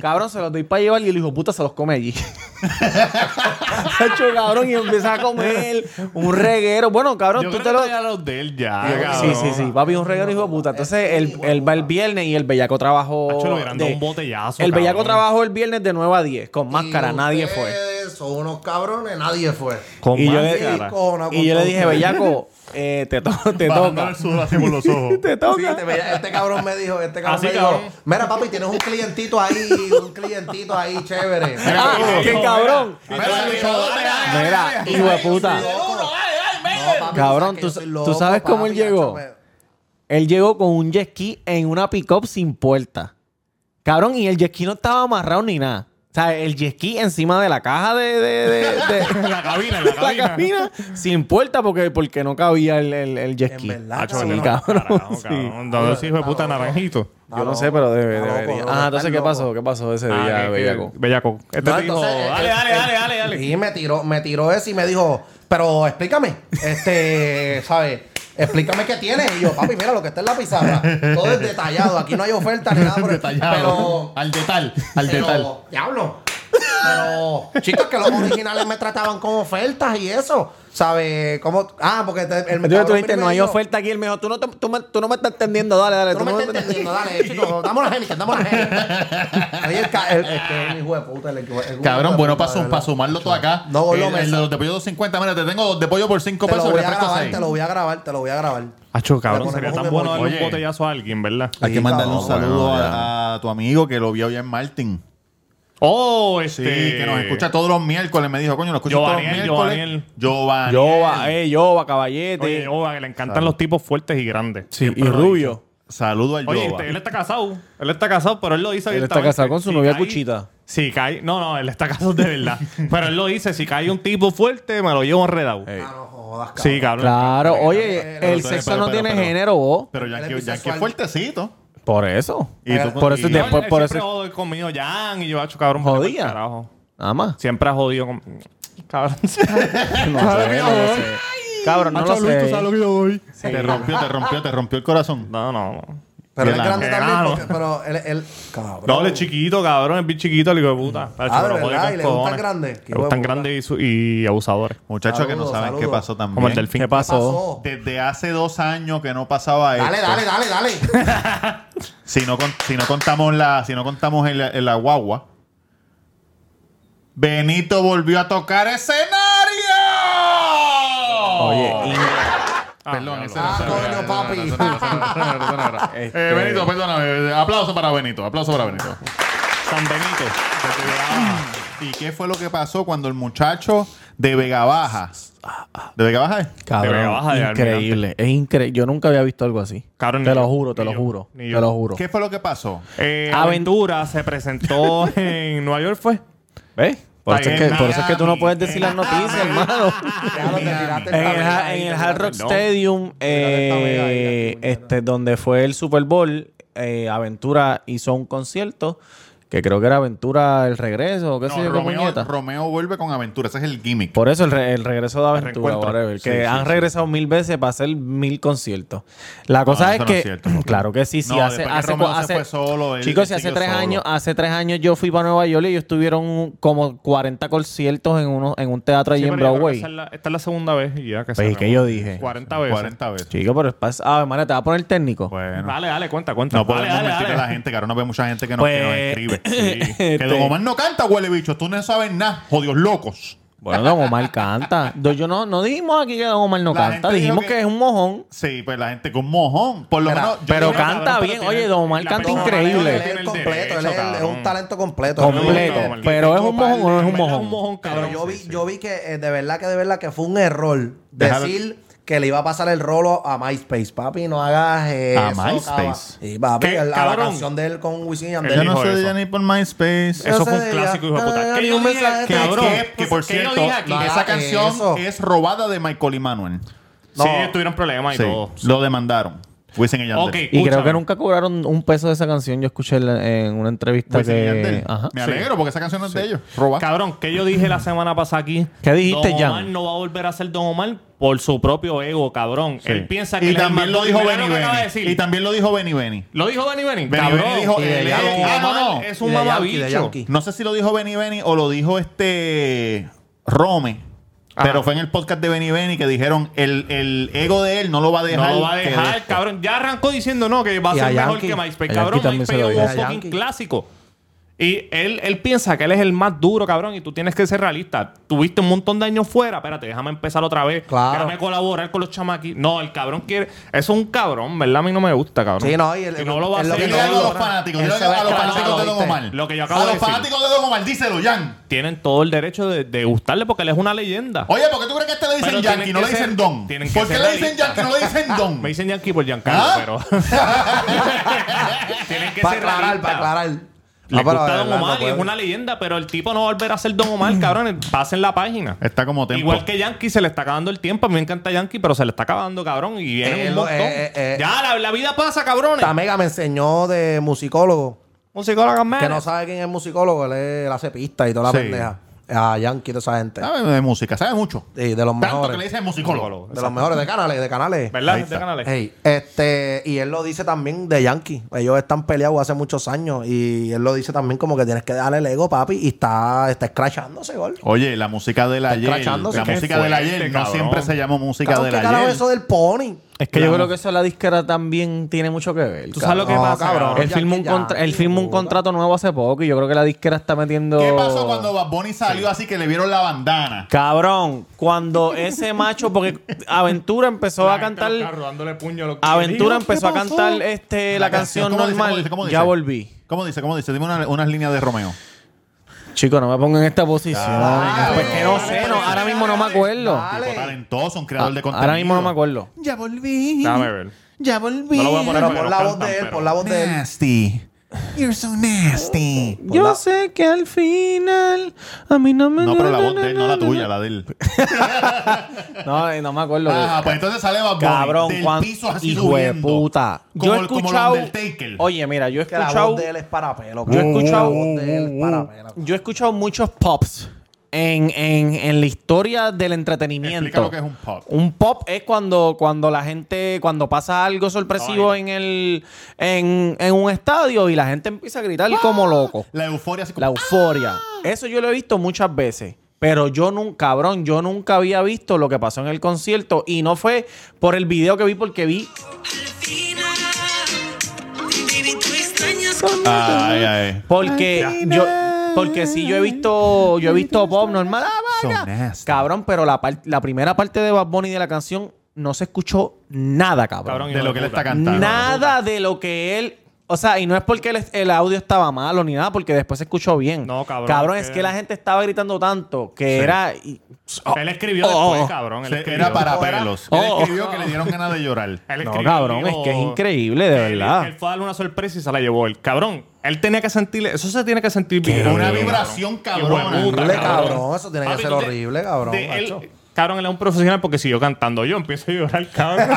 F: Cabrón, se los doy para llevar y el hijo puta se los come allí. Hacho, cabrón, y empieza a comer un reguero. Bueno, cabrón,
A: Yo
F: tú
A: creo
F: te
A: que
F: lo...
A: todavía los de él ya,
F: Sí,
A: cabrón.
F: sí, sí. Papi, un reguero hijo de puta. Entonces, él, él va el viernes y el bellaco trabajó.
A: Hacho, le hubieran dado
F: de-
A: un botellazo,
F: El bellaco
A: cabrón.
F: trabajó el viernes de 9 a 10, con máscara,
B: Y
F: nadie fue.
B: ustedes Son unos cabrones, nadie fue.
A: Con
F: Y yo,
A: más
F: le,
A: cara.
B: Con-
F: y yo le
B: con-
F: dije, Bellaco, eh, te, to- te
D: Bajando
F: toca.
D: el sudor así por los ojos.
F: Te
B: Sí,
F: toca.
B: este, mira, este cabrón me dijo, este cabrón
A: Así,
B: me
A: cabrón.
B: dijo, mira papi, tienes un clientito ahí, un clientito ahí chévere.
F: Ah, qué cabrón.
D: Mira, bicho, dale, dale.
F: Mira, hijo de puta. Cabrón, tú- tú sabes cómo él llegó. Él llegó con un jet ski en una pick-up sin puerta. Cabrón, y el jet ski no estaba amarrado ni nada. O sea, el jet ski encima de la caja de... de- de- de-
A: La cabina, la
F: la
A: cabina.
F: cabina sin puerta porque, porque no cabía el, el, el jet
B: En
F: ski.
B: verdad,
F: Ah,
A: Hacho,
B: Sí,
A: no,
F: cabrón,
A: carajo,
F: sí.
A: cabrón. Entonces, hijo de puta, naranjito.
F: Yo no sé, pero debe,
B: Está loco,
F: debería.
B: loco,
F: Ah,
B: está
F: entonces, ¿qué
B: loco.
F: pasó? ¿Qué pasó ese
A: Ah,
F: día,
A: que- que-
F: bellaco? eh,
A: Bellaco. Este te dijo, dale, dale, dale, dale, dale.
B: Y me tiró, me tiró ese y me dijo, pero explícame, este, ¿sabes? Explícame qué tienes. Y yo, papi, mira lo que está en la pizarra. Todo es detallado. Aquí no hay oferta ni nada por el
D: Detallado.
B: Pero
D: Al detal, al
B: Pero,
D: detal.
B: Diablo. Pero, chicos, que los originales me trataban con ofertas y eso. ¿Sabes? ¿Cómo? Ah, porque te- el
F: Yo
B: mercado
F: tú dijiste,
B: libre
F: no
B: me
F: hay
B: dijo,
F: oferta aquí. El mejor, tú no, te- tú, me- tú no me estás entendiendo. Dale, dale.
B: Tú no me estás entendiendo, dale, chicos. Damos la génica, damos la génica. Oye, el, ca- el, es que el hijo de puta, el, el, el
D: Cabrón, bueno, para,
B: un
D: para sumarlo todo acá. Eh,
B: No, Gordo
D: el, el
B: Mesa.
D: de los de pollo 250. Mira, te tengo dos de pollo por 5
B: Te lo
D: pesos.
B: voy a
D: refresco
B: grabar,
D: seis.
B: te lo voy a grabar, te lo voy a grabar.
F: Ah,
A: Hacho, cabrón,
B: Le
A: sería
B: ponemos
A: tan
B: un
A: bueno
B: emoji.
A: darle un
D: Oye.
A: botellazo a alguien, ¿verdad?
D: Hay que
B: Sí,
D: mandarle un
B: cabrón,
D: saludo
A: bueno,
D: a, a tu amigo que lo vio allá en Martin.
A: Oh,
D: Sí,
A: este.
D: que nos escucha todos los miércoles. Me dijo, coño, lo escucho todos los
A: Giovaniel,
D: miércoles.
A: Giovaniel.
D: Giovaniel.
F: Yoba, eh, Yoba, caballete.
A: Oye, Oba, que le encantan los tipos fuertes y grandes.
F: sí, y
A: Siempre lo he
F: rubio.
D: Saludo al
A: Oye,
D: Yoba.
A: este, él está casado. Él está casado, pero él lo dice
F: Él está
A: abiertamente.
F: casado con su
A: Si
F: novia
A: cae-
F: Cuchita.
A: Si cae... No, no, él está casado de verdad. pero él lo dice, si cae un tipo fuerte, me lo llevo enredado.
F: Ey.
B: Ah, no jodas, cabrón.
A: Sí, cabrón.
F: Claro, oye,
D: pero,
F: el
D: pero,
F: sexo
D: pero,
F: no
D: pero,
F: tiene
D: pero.
F: género, vos.
D: Pero
B: Él es
D: Yankee, Yankee es
B: bisexual.
D: fuertecito.
F: Por eso.
D: Y
B: Oiga,
D: tú-
F: por eso
D: y-
F: te-
A: No, él- él
F: por- por
A: siempre
F: eso-
A: jode conmigo, Jan, y yo, hacho, cabrón. vete pa'l
F: Jodía.
A: carajo.
F: Nada más.
A: Siempre ha jodido con... Cabrón.
F: No sé, no sé. Cabrón, no lo sé.
A: que yo doy.
D: Te rompió, te rompió, te rompió el corazón.
A: No, no, no.
B: Pero
D: Qué
B: él es grande
A: lana.
B: también,
A: Enano.
B: porque, pero él, él, cabrón.
A: No, él es chiquito, cabrón. Es bien chiquito, el hijo de puta.
B: Ah, ¿de
A: Pero jode
B: verdad?
A: con
B: ¿Y le gustan
A: cojones.
B: grandes? Qué
A: Le gustan
B: huevo,
A: grandes y, su- y abusadores.
D: Muchachos que no
B: Saludos,
D: saben qué
B: saludos.
D: pasó también.
A: Como el delfín.
F: ¿Qué pasó?
B: Pasó.
D: Desde hace dos años que no pasaba
B: Dale,
D: esto.
B: dale, dale, dale.
D: Si no, con- si no contamos la, si no contamos el, el guagua. Benito volvió a tocar escenario.
F: Oye,
A: Oh. Ah,
D: Perdón, ese
A: diablo.
D: no,
B: Ah,
D: ese no era,
B: coño, papi.
D: ese no era, ese no era, ese no era, ese no era.
F: y-
D: Eh, Benito, perdóname. Aplauso para Benito. Aplauso para Benito.
A: San Benito.
D: ¿Y qué fue lo que pasó cuando el muchacho de Vega Baja. ¿De Vega Baja? es?
A: Te
F: Cabrón,
A: veo baja de
F: increíble. Es increíble. Yo nunca había visto algo así.
A: Cabrón,
F: te
A: ni
F: lo
A: yo,
F: juro, te
A: ni
F: lo
A: yo,
F: juro.
A: ni
F: Te
A: yo.
F: lo juro.
D: ¿Qué fue lo que pasó?
A: Eh,
F: Avent-
A: Aventura se presentó en Nueva York, ¿fue?
F: ¿Ves? Por, eso
A: Está
F: es
A: bien,
F: que, por eso es que tú no
A: Miami.
F: puedes decir las noticias, hermano.
B: Déjalo, te tiraste
F: En el,
B: esta
F: Ha-
B: vez
F: en el
B: ahí,
F: Hard Rock
A: perdón.
F: Stadium, eh, este, donde fue el Super Bowl, eh, Aventura hizo un concierto que creo que era Aventura el regreso, o qué sé
D: No,
F: yo, qué
D: Romeo,
F: puñeta.
D: Romeo vuelve con aventura. Ese es el gimmick.
F: Por eso el, re- el regreso de Aventura,
A: reencuentro.
F: whatever,
D: Sí,
F: que
D: sí,
F: han
D: sí.
F: regresado mil veces para hacer mil conciertos. La cosa es
D: eso no
F: que,
D: es cierto, Romeo.
F: claro que sí, sí,
D: No,
F: hace,
D: después que
F: hace,
D: Romeo se
F: hace-
D: fue solo, él-
F: chicos,
D: él
F: si hace
D: siguió
F: tres
D: solo.
F: años, hace tres años yo fui para Nueva York y ellos tuvieron como 40 conciertos en uno, en un teatro allí
A: Sí,
F: en
A: pero yo creo
F: Broadway.
A: que esa es la- esta es la segunda vez y ya que
F: Pues, ¿y
A: se
F: qué yo dije?
A: 40 veces.
D: 40 veces.
F: Chico, pero es pas- ah, hermana, te va a poner técnico.
D: Bueno.
A: Dale, dale, cuenta, cuenta.
D: No
A: Dale,
D: podemos
A: dale,
D: mentir a
A: dale.
D: la gente, que ahora no ve mucha gente que nos,
F: Pues,
D: que nos escribe. Sí. que
F: este-
D: Don Omar no canta, huele bicho. Tú no sabes nada, jodidos locos.
F: Bueno, Don Omar canta. Do- Yo no, no dijimos aquí que Don Omar no
D: La
F: canta,
D: gente dijo
F: dijimos que...
D: que-
F: es un mojón.
D: Sí, pues la gente con mojón. Por lo
B: Mira,
D: menos. yo
F: pero
D: creo-
F: canta bien.
A: pero
F: Oye,
A: tiene-
F: Don Omar
A: la
F: canta
A: persona
F: increíble.
A: tiene
B: Él es
A: el
B: completo, él
A: derecho,
B: es, él es
A: cabrón.
B: un talento completo.
F: Completo.
A: Don Omar.
F: Pero es un mojón o no es un
A: En verdad,
F: mojón.
B: Pero yo
A: cabrón.
B: vi, yo vi que eh, de verdad que de verdad que fue un error
D: Déjalo-
B: decir que le iba a pasar el rolo a MySpace, papi, no hagas eh, eso.
D: ¿A
B: cava.
D: MySpace?
B: Y papi,
A: ¿Qué,
B: el- a la
A: cabrón?
B: canción de él con Wisin y
D: Yo
B: Yandel.
A: dijo
D: no sé de
A: eso.
D: ella ni por MySpace.
A: Eso
B: Yo
A: fue un
B: sé de
A: clásico,
B: ella.
A: hijo de puta.
B: No,
A: ¿Qué
B: ni
A: yo
B: un
A: dije?
B: mensaje de
A: ¿Qué
B: texto.
A: cabrón?
D: Que, que, por
A: pues, ¿Qué yo
D: cierto,
A: dije aquí? eh,
D: la-
B: Ah,
D: esa canción
B: eso.
D: es robada de Michael y Manuel.
A: Sí,
B: No.
A: tuvieron problemas y
D: Sí,
A: todo.
D: lo demandaron. Wisin y Yandel.
A: Ok,
F: Y creo
A: Escúchame.
F: que nunca cobraron un peso de esa canción. Yo escuché la- en una entrevista
D: Wisin y
F: que...
D: Pues Yandel.
F: Ajá.
D: Me
A: Pues Sí.
D: alegro porque esa canción no es de ellos. Roba.
A: Cabrón, ¿qué yo dije la semana pasada aquí?
F: ¿Qué dijiste,
A: Don
F: Jan?
A: Omar no va a volver a ser Don Omar por su propio ego, cabrón.
D: Sí.
A: Él piensa que
D: y
A: él es
D: también
A: más
D: lo
A: Don-
D: dijo
A: Mira
D: Benny
A: lo que acaba de
D: Benny.
A: decir.
D: Y también lo dijo Benny Benny.
A: ¿Lo dijo Benny Benny?
D: Benny
A: cabrón.
D: Benny dijo,
A: Y
D: él
A: de
D: es-
A: Yankee.
D: ah, no,
A: Omar
D: no.
A: Es
B: Y
A: un
B: de
A: mamá
B: Yankee, de
A: bicho.
B: Yankee.
D: No sé si lo dijo Benny Benny o lo dijo este Rome.
A: Ajá.
D: Pero fue en el podcast de Benny Benny que dijeron el, el ego de él no lo va a dejar.
A: No lo va a
D: que
A: dejar,
D: de-
A: cabrón. Ya arrancó diciendo no, que va a
B: Y
A: ser
B: a
A: mejor
B: Yankee.
A: que
F: A
A: MySpace.
F: Yankee
A: Cabrón,
F: también se
A: MySpace
F: lo
A: es
F: dije.
A: un
B: A Yankee.
A: fucking clásico. Y él, él piensa que él es el más duro, cabrón, y tú tienes que ser realista. Tuviste un montón de años fuera, espérate, déjame empezar otra vez.
B: Claro.
A: Déjame colaborar con los chamaquis. No, el cabrón quiere. Es un cabrón, ¿verdad? A mí no me gusta, cabrón.
B: Sí, no, y el-
A: no lo va a
B: es lo
A: hacer.
B: que
A: Y no
D: Dile
B: yo
D: algo
A: lo va a
D: a los
A: hacer.
D: fanáticos.
B: Él
D: Dile
B: se
D: algo
B: ve
D: a los
B: escrachado,
D: fanáticos de Don
B: ¿viste?
D: Omar.
A: Lo que yo
D: a
A: acabo
D: los
A: de decir.
D: fanáticos de Don Omar, díselo, Jan.
A: Tienen todo el derecho de, de gustarle porque él es una leyenda.
D: Oye, ¿por qué tú crees que a este le dicen
A: Pero
D: Yankee
A: tienen
D: no le
A: que
D: dicen
A: ser-
D: Don?
A: tienen que
D: ¿Por qué
A: ser
D: le dicen
A: realistas.
D: Yankee no le dicen Don?
A: Me dicen Yankee por Giancarlo,
D: ¿Ah?
A: pero. Tienen que
B: Para
A: ser
B: aclarar,
A: realistas.
B: para aclarar.
A: Le
B: Ah, pero
A: gusta
B: de
A: Don
B: verdad,
A: Omar
B: no
A: y es
B: puede. Mm.
A: una leyenda, pero el tipo no va a volver a ser Don Omar, cabrón. Pasen la página.
B: Este
D: Está como tiempo.
A: Igual que Yankee se le está acabando el tiempo. A mí me encanta Yankee, pero se le está acabando, cabrón. Y viene
B: Eh,
A: un
B: lo-
A: montón.
B: eh, eh, eh.
A: ya, la, la vida pasa, cabrones.
B: Tamega me enseñó de musicólogo,
A: Un psicólogo más.
B: que no sabe quién es musicólogo, él, es- él hace pistas y toda la
D: Sí.
B: pendeja. A Yankee, toda esa gente.
D: Sabe de música, sabe mucho.
B: Sí, de los
D: Tanto que
B: mejores.
D: le
B: De
D: dicen musicólogo.
B: los mejores, de canales, de canales.
A: ¿Verdad?
D: Ahí
A: Este
D: está.
A: canal es.
B: Ey, este, y él lo dice también de Yankee. Ellos están peleados hace muchos años. Y él lo dice también como que tienes que darle el ego, papi. Y está, está escrachándose, gol.
D: Oye, la música del ayer. La
B: crachándose. Qué
D: música del
A: fuerte,
D: ayer no
A: cabrón.
D: siempre se llamó música
B: Cabrón,
D: del
B: ¿Qué carajo
D: ayer.
B: es eso del pony?
F: Es que yo creo que eso la disquera también tiene mucho que ver. Ah,
A: Tú sabes lo que
B: No,
A: pasa,
B: cabrón.
A: cabrón.
F: Él firmó, un
B: ya,
F: contra- él
B: ya,
F: firmó un
B: puta.
F: contrato nuevo hace poco y yo creo que la disquera está metiendo...
D: ¿Qué pasó cuando Bad Bunny salió así que le vieron la bandana?
F: Cabrón, cuando ese macho, porque Aventura empezó a cantar... Aventura empezó a cantar este, la, canción,
D: ¿cómo dice,
F: normal.
D: cómo dice, cómo
F: Ya
D: dice?
F: volví.
D: ¿Cómo dice? ¿Cómo dice? Dime una- unas líneas de Romeo.
F: Chico, no me pongan en esta posición.
D: Dale,
F: pues que no
D: dale,
F: sé,
D: dale,
F: no,
D: dale,
F: ahora
D: dale,
F: mismo no me
D: dale.
F: acuerdo.
D: Tipo talentoso, un creador de contenido.
F: Ah, Ahora mismo no me acuerdo.
D: Ya volví.
A: Déjame ver.
D: Ya volví.
A: No lo voy a poner,
B: Pero
A: pero
B: por la voz
A: cantan,
B: de él,
A: pero-
B: por la voz de él.
D: Nasty. You're so nasty.
B: Yo la-
F: sé que al final a mí me...
D: No, pero la voz de él, no la tuya, la de él.
F: No, eh, no me acuerdo.
D: Ajá, pues entonces sale Bad Bunny
F: Cabrón,
D: del
F: Juan,
D: piso así
F: hijo de
D: subiendo.
F: puta.
D: Como,
F: Yo he
D: el- como el
F: escuchado...
D: Undertaker.
F: Oye, mira, yo he
B: Que la voz
F: escuchado...
B: de él es para pelo.
F: Yo he
B: cabrón.
F: escuchado-
B: La voz de él es para pelo.
F: Yo he escuchado muchos pops en, en, en la historia del entretenimiento.
D: Explica lo que es un pop.
F: Un pop es cuando, cuando la gente, cuando pasa algo sorpresivo en el en, en un estadio y la gente empieza a gritar
D: Ah.
F: como loco.
D: La euforia así como...
F: La euforia. Eso yo lo he visto muchas veces. Pero yo nunca, cabrón, yo nunca había visto lo que pasó en el concierto. Y no fue por el video que vi, porque vi.
D: Ay, ay.
F: Porque yo. Porque sí, yo he visto. Yo he visto pop normal. Ah,
D: So
F: vaya.
D: nasty.
F: Cabrón, pero la, par- la primera parte de Bad Bunny de la canción no se escuchó nada, cabrón.
A: Cabrón,
D: De lo que él está cantando.
F: nada de lo que él O sea, y no es porque el, el audio estaba malo ni nada, porque después se escuchó bien.
A: No, cabrón,
F: Cabrón, es
A: que-
F: que la gente estaba gritando tanto que
D: Sí.
F: era. y-
A: Él escribió
F: Oh.
A: después, cabrón. Él
D: Se-
A: escribió.
D: Era para pelos. Él
F: Oh.
D: escribió que le dieron ganas de llorar.
A: Él
F: No,
A: escribió,
F: cabrón,
A: dijo,
F: es que es increíble, de
A: él-
F: verdad.
A: Él, fue a darle una sorpresa y se la llevó él. Cabrón, él tenía que sentir... Eso se tiene que sentir bien.
D: Una
A: cabrón.
D: vibración cabrona.
A: Hijo de puta,
B: Horrible, cabrón. Eso tiene que ser
A: tú te-
B: horrible, cabrón,
A: de él-
B: macho.
A: cabrón, él es un profesional porque si yo cantando yo empiezo a llorar, cabrón.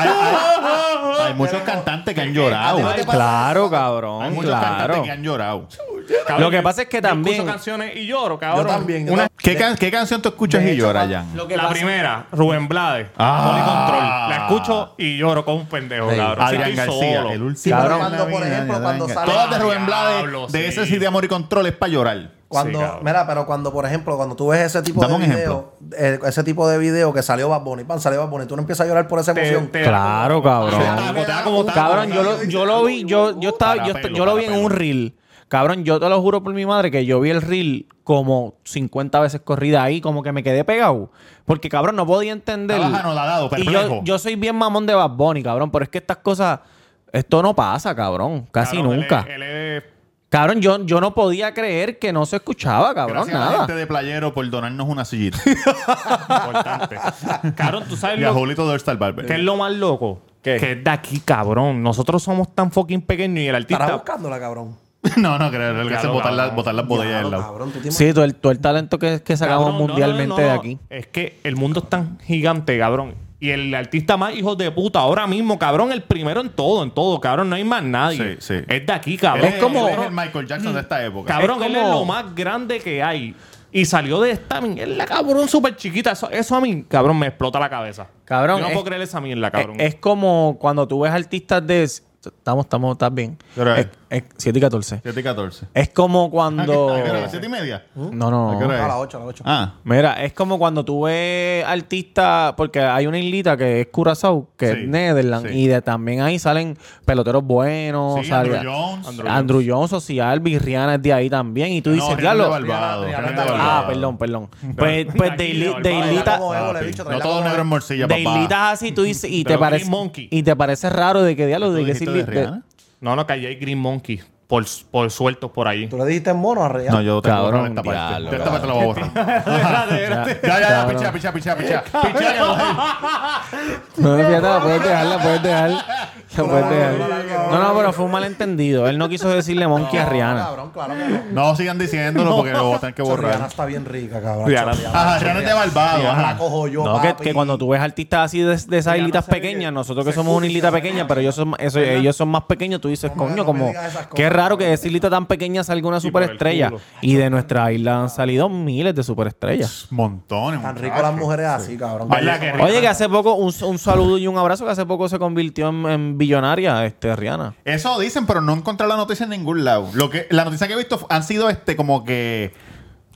D: Hay muchos cantantes que han
B: ¿A
D: llorado.
B: ti no te pasa
F: Claro,
B: eso?
D: Hay
F: cabrón,
D: muchos cantantes
F: claro.
D: que han llorado.
A: Cabrón,
F: Lo que pasa es que
A: yo
F: también-
A: escucho canciones y lloro, cabrón.
B: Yo también, yo
A: Una-
B: también.
D: ¿Qué, can- qué canción tú escuchas y lloras, Jan?
F: Lo que
A: la
F: pasa-
A: primera, Rubén Blades,
D: Ah.
A: Body Control. La escucho y lloro como un pendejo,
B: Sí.
A: cabrón. Si
D: Adrián
A: estoy
D: García,
A: solo.
D: el
B: Sí,
D: último.
B: pero
D: Cabrón,
B: cuando, por ejemplo, cuando sale...
D: Todas de Rubén
A: Diablo,
D: Blades,
A: sí.
D: de ese sí de Amor y Control es para llorar.
B: Cuando,
A: Sí, cabrón.
B: mira, pero cuando, por ejemplo, cuando tú ves ese tipo
D: Dame un
B: de video, eh, ese tipo de video que salió Bad Bunny, pan, salió Bad Bunny, tú no empiezas a llorar por esa
A: Te-
B: emoción.
A: te-
F: Claro, cabrón.
A: Te da como taco.
F: Cabrón, yo lo, yo lo vi, yo, yo estaba, yo,
D: Para pelo,
F: yo lo vi
D: para
F: en un
D: pelo.
F: reel. Cabrón, yo te lo juro por mi madre que yo vi el reel como 50 veces corrida ahí, como que me quedé pegado. Porque, cabrón, no podía entender.
D: Estabas anodadado,
F: Y
D: perplejo.
F: yo, yo soy bien mamón de Bad Bunny, cabrón, pero es que estas cosas, esto no pasa, cabrón, casi
A: Cabrón, él
F: nunca.
A: es- él es-
F: Cabrón, yo, yo no podía creer que no se escuchaba, cabrón,
D: Gracias a la
F: nada.
D: gente de Playero por donarnos una sillita.
A: importante. cabrón, tú sabes
D: y a
A: lo
D: Julito de All-Star Barber.
A: ¿Qué es lo más loco? Que es de aquí, cabrón. Nosotros somos tan fucking pequeños y el
B: Estarás
A: artista.
B: buscándola, cabrón.
D: no, no, creo. Lo que hace es
A: Claro,
D: botar, la-
A: cabrón.
D: botar las botellas del
B: Diablo,
D: lado.
B: cabrón, tú te
F: Sí, todo el, todo el talento que, que sacamos
A: Cabrón, no, no,
F: mundialmente
A: no, no,
F: de
A: no.
F: aquí.
A: Es que el mundo es tan gigante, cabrón. Y el artista más hijo de puta ahora mismo, cabrón, el primero en todo, en todo, cabrón. No hay más nadie.
D: Sí, sí.
A: Es de aquí, cabrón.
D: Él
F: Es como-
D: él es el Michael Jackson de esta época.
A: Cabrón,
F: Es
A: él es
F: como-
A: lo más grande que hay. Y salió de esta mierda, cabrón, súper chiquita. Eso, eso a mí, cabrón, me explota la cabeza.
F: Cabrón,
A: Yo no
F: es-
A: puedo creer esa mierda, cabrón.
F: Eh, Es, es como cuando tú ves artistas de. Estamos, estamos, estás bien.
D: Pero,
F: Es- es 7 y 14.
D: 7 y 14.
F: Es como
D: Ah, ¿qué-
F: cuando.
D: a qué hora? ¿Siete y media?
F: No, no,
D: ¿A qué hora
F: no.
B: imaginas.
D: es?
B: A las 8, a las 8.
D: Ah.
F: Mira, es como cuando tú ves artistas, porque hay una islita que es Curazao, que
D: Sí,
F: es Netherlands,
D: sí.
F: y de, también ahí salen peloteros buenos.
D: Sí,
F: sale-
D: Andrew Jones.
F: Andrew Jones. Andrew Jones, Social, Rihanna es de ahí también, y tú dices,
D: Rihanna
F: diablo.
D: de Barbados,
B: Rihanna-
D: Rihanna de
F: Ah,
D: Barbados.
F: perdón, perdón. Pues, pues de,
A: Aquí,
F: ili- de
A: Barbados.
F: islita-
B: Como Evo, le he
D: Papi,
B: dicho,
D: No
B: traela
D: todo
B: como
D: negro
B: Evo.
D: en morcilla,
F: de
D: papá.
F: hilitas así tú dices y
A: Pero
F: te parece
A: Green Monkey.
F: y te parece raro de que diablo
D: ¿Tú
F: de que
D: dijiste
F: si-
D: de
F: de-
D: Rihanna?
A: No, no, que ahí hay Green Monkey por, por sueltos por ahí.
B: Tú le dijiste mono a Real.
D: No, yo te
F: Cabrón,
D: borro esta parte.
F: diablo,
D: De esta parte la voy a borrar. Ya, ya, ya, picha, picha, picha, picha. Picha, que mujer.
F: no no, fíjate, la puedes dejar la puedes dejar la puedes dejar no no pero fue un malentendido él no quiso decirle monkey a Rihanna
B: Cabrón, claro que no.
D: No sigan diciéndolo porque lo voy a tener que
B: Chacho, Rihanna
D: borrar.
B: está bien rica, cabrón.
A: Rihanna.
B: Chacho,
D: Ajá, Rihanna es de Barbados.
B: Rihanna la
D: ajá.
B: cojo yo,
F: no, que,
B: papi.
F: que cuando tú ves artistas así de, de esas hilitas pequeñas, nosotros que somos una hilita pequeña, pero ellos son, eso- ellos son más pequeños, tú dices,
B: No me-
F: coño,
B: no me
F: como,
B: digas esas cosas,
F: qué raro que de
B: cabrón.
F: esa hilita tan pequeña salga una
A: por el
F: superestrella.
A: culo.
F: Y de nuestra isla han salido miles de superestrellas.
D: Montones.
B: Tan rico
D: muchachos.
B: las mujeres así, cabrón.
A: ¿Verdad que rico?
F: Oye, que hace poco, un, un saludo y un abrazo, que hace poco se convirtió en, en billonaria, este, Rihanna.
D: Eso dicen, pero no encontré la noticia en ningún lado. Lo que, la noticia que he visto han sido este como que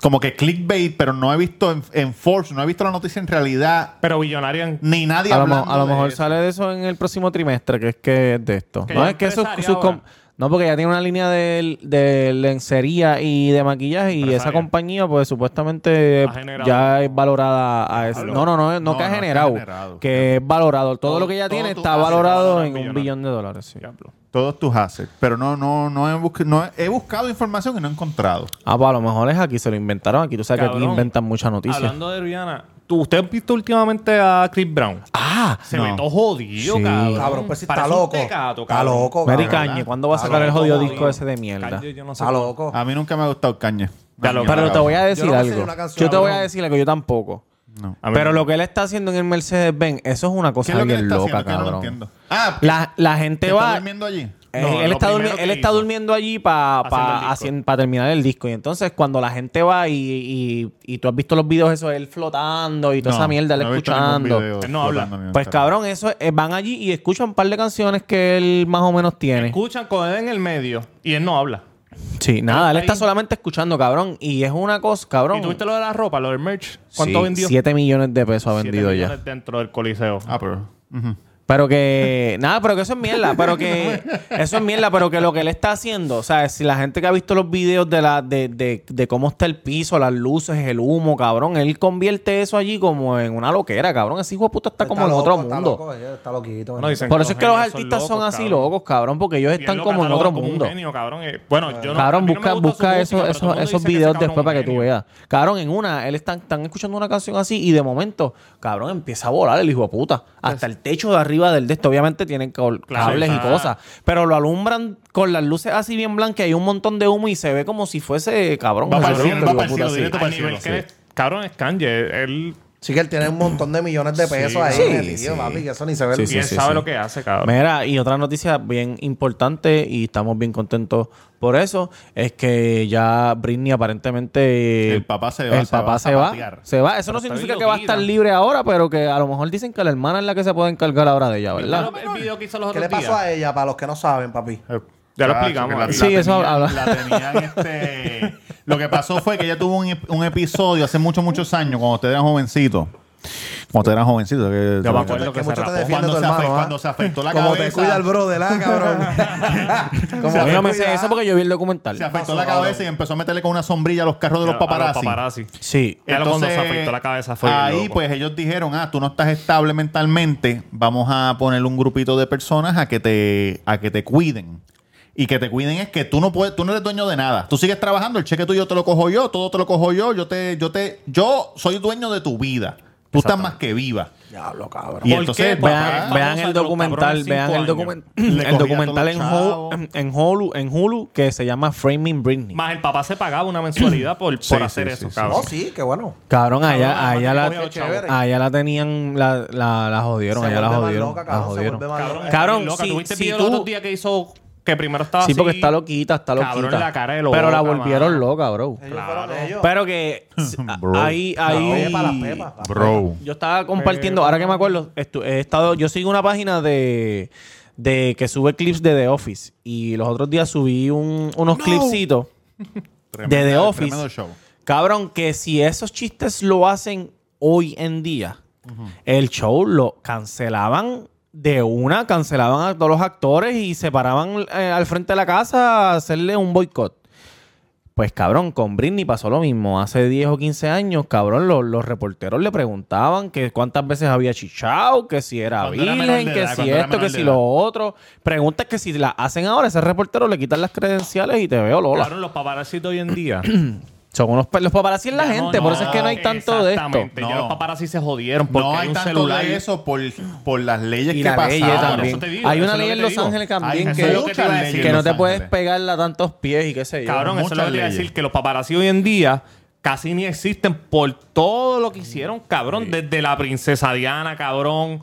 D: como que clickbait, pero no he visto en, en Forbes, no he visto la noticia en realidad,
A: Pero billonaria en
D: ni nadie
F: A lo, mo-
D: hablando
F: a lo
D: de
F: mejor
D: eso.
F: sale de eso en el próximo trimestre, que es que es de esto.
A: Que
F: no,
A: ya
F: es que sus-
A: empresaria
F: sus com-
A: ahora.
F: No, porque ya tiene una línea de, de lencería y de maquillaje y esa
A: Empresaria.
F: compañía, pues supuestamente
A: Ha generado.
F: ya es valorada a eso. No, no, no,
D: No,
F: no, que ha
D: no, que ha
F: generado,
D: generado.
F: que es valorado. Todo,
D: Todo-
F: lo que ella
D: todo
F: tiene
D: tú
F: está
D: haces,
F: valorado
A: ahora
F: en un
A: millonario.
F: billón de dólares. sí.
A: Diablo.
D: Todos tus assets, pero no no no he, busc- no he, he buscado información y no he encontrado.
F: Ah, pues a lo mejor es aquí, se lo inventaron aquí. Tú sabes que aquí
A: Cabrón.
F: inventan muchas noticias.
A: Hablando de Rihanna, ¿tú, ¿usted ha visto últimamente a Chris Brown?
F: Ah,
A: Se
D: no.
A: ve todo jodido,
F: Sí.
A: cabrón.
B: Cabrón, pues si está
A: Parece un
B: loco.
A: tecato,
B: Está
A: cabrón.
B: loco,
F: Mary
B: cabrón.
F: Cañe, ¿cuándo va a
B: Está
F: sabrón, sacar el
B: loco,
F: jodido
B: cabrón.
F: disco ese de mierda?
A: Calle, yo no sé.
B: Está loco.
D: A mí nunca me ha gustado Cañe.
A: Ya lo-
F: Pero te voy a decir
B: Yo no sé
F: algo.
B: una canción,
F: yo te voy a
B: cabrón.
F: decir algo, yo tampoco.
D: No.
A: A mí
F: Pero
A: no.
F: lo que él está haciendo en el Mercedes-Benz, eso Ah, es una
D: ¿Qué
F: cosa
D: es lo que él
F: bien
D: está
F: loca,
D: haciendo? Que yo no lo
F: cabrón.
D: entiendo. Ah,
F: La, la gente
D: ¿que
F: va.
D: está durmiendo allí.
F: Eh,
A: No,
F: él,
A: lo
F: está
A: primero
F: durmi-
A: que
F: él está
A: hizo.
F: durmiendo allí para
A: Haciendo el disco.
F: terminar el disco. Y entonces, cuando la gente va y, y- y tú has visto los videos, eso, él flotando y toda esa mierda, él
D: no he visto ningún
F: escuchando.
D: video
A: Él no habla.
D: flotando ni nada.
F: Pues cabrón, eso es- van allí y escuchan un par de canciones que él más o menos tiene.
A: Escuchan con él en el medio y él no habla.
F: Sí, nada, él
A: ahí.
F: está solamente escuchando, cabrón. Y es una cosa, cabrón.
A: ¿Y tuviste lo de la ropa, lo del merch? ¿Cuánto
F: Sí,
A: vendió?
F: Siete millones de pesos ha
A: Siete
F: vendido ya. Ah, pues,
A: millones dentro del coliseo.
D: Ah, pero. ujú.
F: Pero que. nada, pero que eso es mierda. Pero que. Eso es mierda. Pero que lo que él está haciendo. O sea, si la gente que ha visto los videos de la, de, de, de cómo está el piso, las luces, el humo, cabrón. Él convierte eso allí como en una loquera, cabrón. Ese hijo de puta está como en
B: loco,
F: otro
B: está
F: mundo.
B: loco, ella está loquito.
A: Bueno, dicen
F: Por eso es que los
A: genios
F: artistas son,
A: locos,
F: así
A: cabrón.
F: locos, cabrón, porque ellos
A: Y él
F: están
A: lo
F: como en
A: cataloga
F: otro
A: como un
F: mundo.
A: genio, cabrón. Eh, Bueno, yo no,
F: Cabrón,
A: a mí no me
F: busca,
A: gusta su
F: busca
A: música,
F: eso-
A: pero todo
F: esos,
A: el mundo
F: esos
A: dice que ese
F: videos
A: cabrón
F: después para
A: es
F: que tú
A: genio.
F: veas. Cabrón, en una, él están, están escuchando una canción así y de momento, cabrón, empieza a volar el hijo de puta. Hasta el techo de arriba del de esto. Obviamente tienen col-
A: Pues Claro,
F: cables y
A: está-
F: cosas. Pero lo alumbran con las luces así bien blancas y hay un montón de humo y se ve como si fuese, cabrón,
D: Va para el
F: Jesús,
D: cielo,
F: el
D: va
F: hijo
D: para el
F: de
D: cielo
F: puta, sí.
D: directo.
A: A nivel
D: Sí.
A: que es- cabrón es Kanye. Él,
B: Sí que él tiene un montón de millones de pesos ahí
F: sí,
B: metidos,
F: sí.
B: papi, que eso ni se ve.
F: Sí,
A: y
F: sí,
A: él
F: sí,
A: sabe
F: sí.
A: lo que hace,
D: Ah.
A: cabrón.
F: Mira, y otra noticia bien importante y estamos bien contentos por eso, es que ya Britney aparentemente...
D: El papá se va,
F: El
D: se va
F: papá
D: a
F: se va.
D: zapatear.
F: Se va. Eso no
A: está
F: significa que va a estar
A: biologida.
F: libre ahora, pero que a lo mejor dicen que la hermana es la que se puede encargar ahora de ella, ¿verdad?
A: ¿Vieron el video que hizo los
B: ¿Qué
A: otros
B: le pasó
A: días?
B: a ella, para los que no saben, papi?
A: Eh, Ya lo
D: Chacho,
A: explicamos.
D: que la-
A: aquí.
F: Sí,
D: la
F: eso
D: tenían-
F: habla.
D: la tenían, este, Lo que pasó fue que ella tuvo un, ep- un episodio hace muchos, muchos años, cuando ustedes eran jovencitos. Cuando ustedes eran jovencitos. que-
A: Ya me acuerdo
B: Que
A: que se
B: mucho te
A: rapó.
B: defiende tu
D: Cuando se afe-
B: hermano, ¿ah?
D: cuando se afectó la
B: Como te
D: cabeza.
B: cuida el brother, ¿ah, cabrón? Como
F: Como
B: te
F: yo no me sé
B: cuida.
F: eso porque yo vi el documental.
D: Se afectó la cabeza y empezó a meterle con una sombrilla a los carros de
A: A-
D: los paparazzi.
A: A los paparazzi.
F: Sí.
A: Ya lo cuando se
D: Entonces,
A: afectó la cabeza fue
D: Ahí,
A: loco.
D: pues ellos dijeron: Ah, tú no estás estable mentalmente. Vamos a poner un grupito de personas a que te, a que te cuiden. Y que te cuiden es que tú no puedes, tú no eres dueño de nada. Tú sigues trabajando, el cheque tuyo te lo cojo yo, todo te lo cojo yo, yo te, yo te, yo soy dueño de tu vida. Tú estás más que viva.
B: Diablo, cabrón.
D: Y
A: ¿Por
D: entonces,
A: qué, Pues,
D: el
A: papá?
D: papá-
F: Vean, vean
A: Vamos a
F: el
A: los cabrones
F: documental,
A: cinco
F: vean el,
A: años.
F: documen-
D: Le
F: el
D: cogía a
F: documental en,
D: todos los
F: Hulu,
D: chavos.
F: en, en Hulu, en Hulu que se llama Framing Britney.
A: Más el papá se pagaba una mensualidad por, por
D: Sí,
A: hacer
D: sí,
A: eso,
D: sí, sí.
A: cabrón.
B: Oh, sí, qué bueno.
F: Cabrón, allá,
A: Cabrón, la
F: allá, la,
A: madre cogió
B: chévere.
F: allá la tenían, la, la, la jodieron,
B: Se
F: allá la
B: vuelve más
F: jodieron.
B: loca,
F: la
B: cabrón, se
F: jodieron.
B: vuelve más loca.
F: Cabrón,
A: loca,
F: si-
A: ¿tuviste el
F: si
A: video el
F: tú-
A: otro día que hizo que primero estaba
F: Sí, porque
A: así?
F: está loquita, está loquita.
A: Cabrón, la cara de
F: Pero la
A: loca,
F: volvieron
A: mano.
F: loca, bro.
B: Ellos fueron ellos.
F: Pero que s-
D: Bro.
B: Oye,
F: ahí, ahí.
B: para las pepas,
A: ah,
B: para las
D: Bro.
F: Yo estaba compartiendo, ahora que me acuerdo, estu- he estado, yo sigo una página de, de que sube clips de The Office y los otros días subí un- unos clipsitos. De The Office.
D: Tremendo show.
F: Cabrón, que si esos chistes lo hacen hoy en día, el show lo cancelaban de una, cancelaban a todos los actores y se paraban eh, al frente de la casa a hacerle un boicot. Pues cabrón, con Britney pasó lo mismo. Hace 10 o 15 años, cabrón, lo- los reporteros le preguntaban que cuántas veces había chichado, que si era
D: Cuando era menor
F: virgen,
D: de
F: que
D: edad,
F: si
D: cuando era
F: esto, que
D: menor de
F: si
D: edad.
F: lo otro. Preguntas que si las hacen ahora, ese reportero le quitan las credenciales y te veo Lola.
A: Cabrón, los paparazzi de hoy en día.
F: Son unos pa- los paparazzi es la gente,
A: No,
F: por eso es que no hay
A: no,
F: tanto de esto.
A: exactamente. Ya
D: No.
A: los paparazzi se jodieron porque
D: No hay
A: un
D: tanto
A: celular.
D: de eso por, por las leyes
F: Y
D: que
F: la
D: pasaron.
F: ley también.
A: eso te digo,
F: hay
A: eso
F: una
A: es lo
F: ley
A: que
F: en
A: te
F: Los
A: digo.
F: Ángeles
D: Hay
F: también
D: muchas
F: que,
D: leyes en
F: que
D: Los
F: no te puedes
D: Ángeles.
F: pegarla a tantos pies y qué sé yo.
A: Cabrón, eso es lo
D: Muchas
A: que te iba a
D: leyes.
A: decir, que los paparazzi hoy en día casi ni existen por todo
D: Mm.
A: lo que hicieron, cabrón. Desde la princesa Diana, cabrón.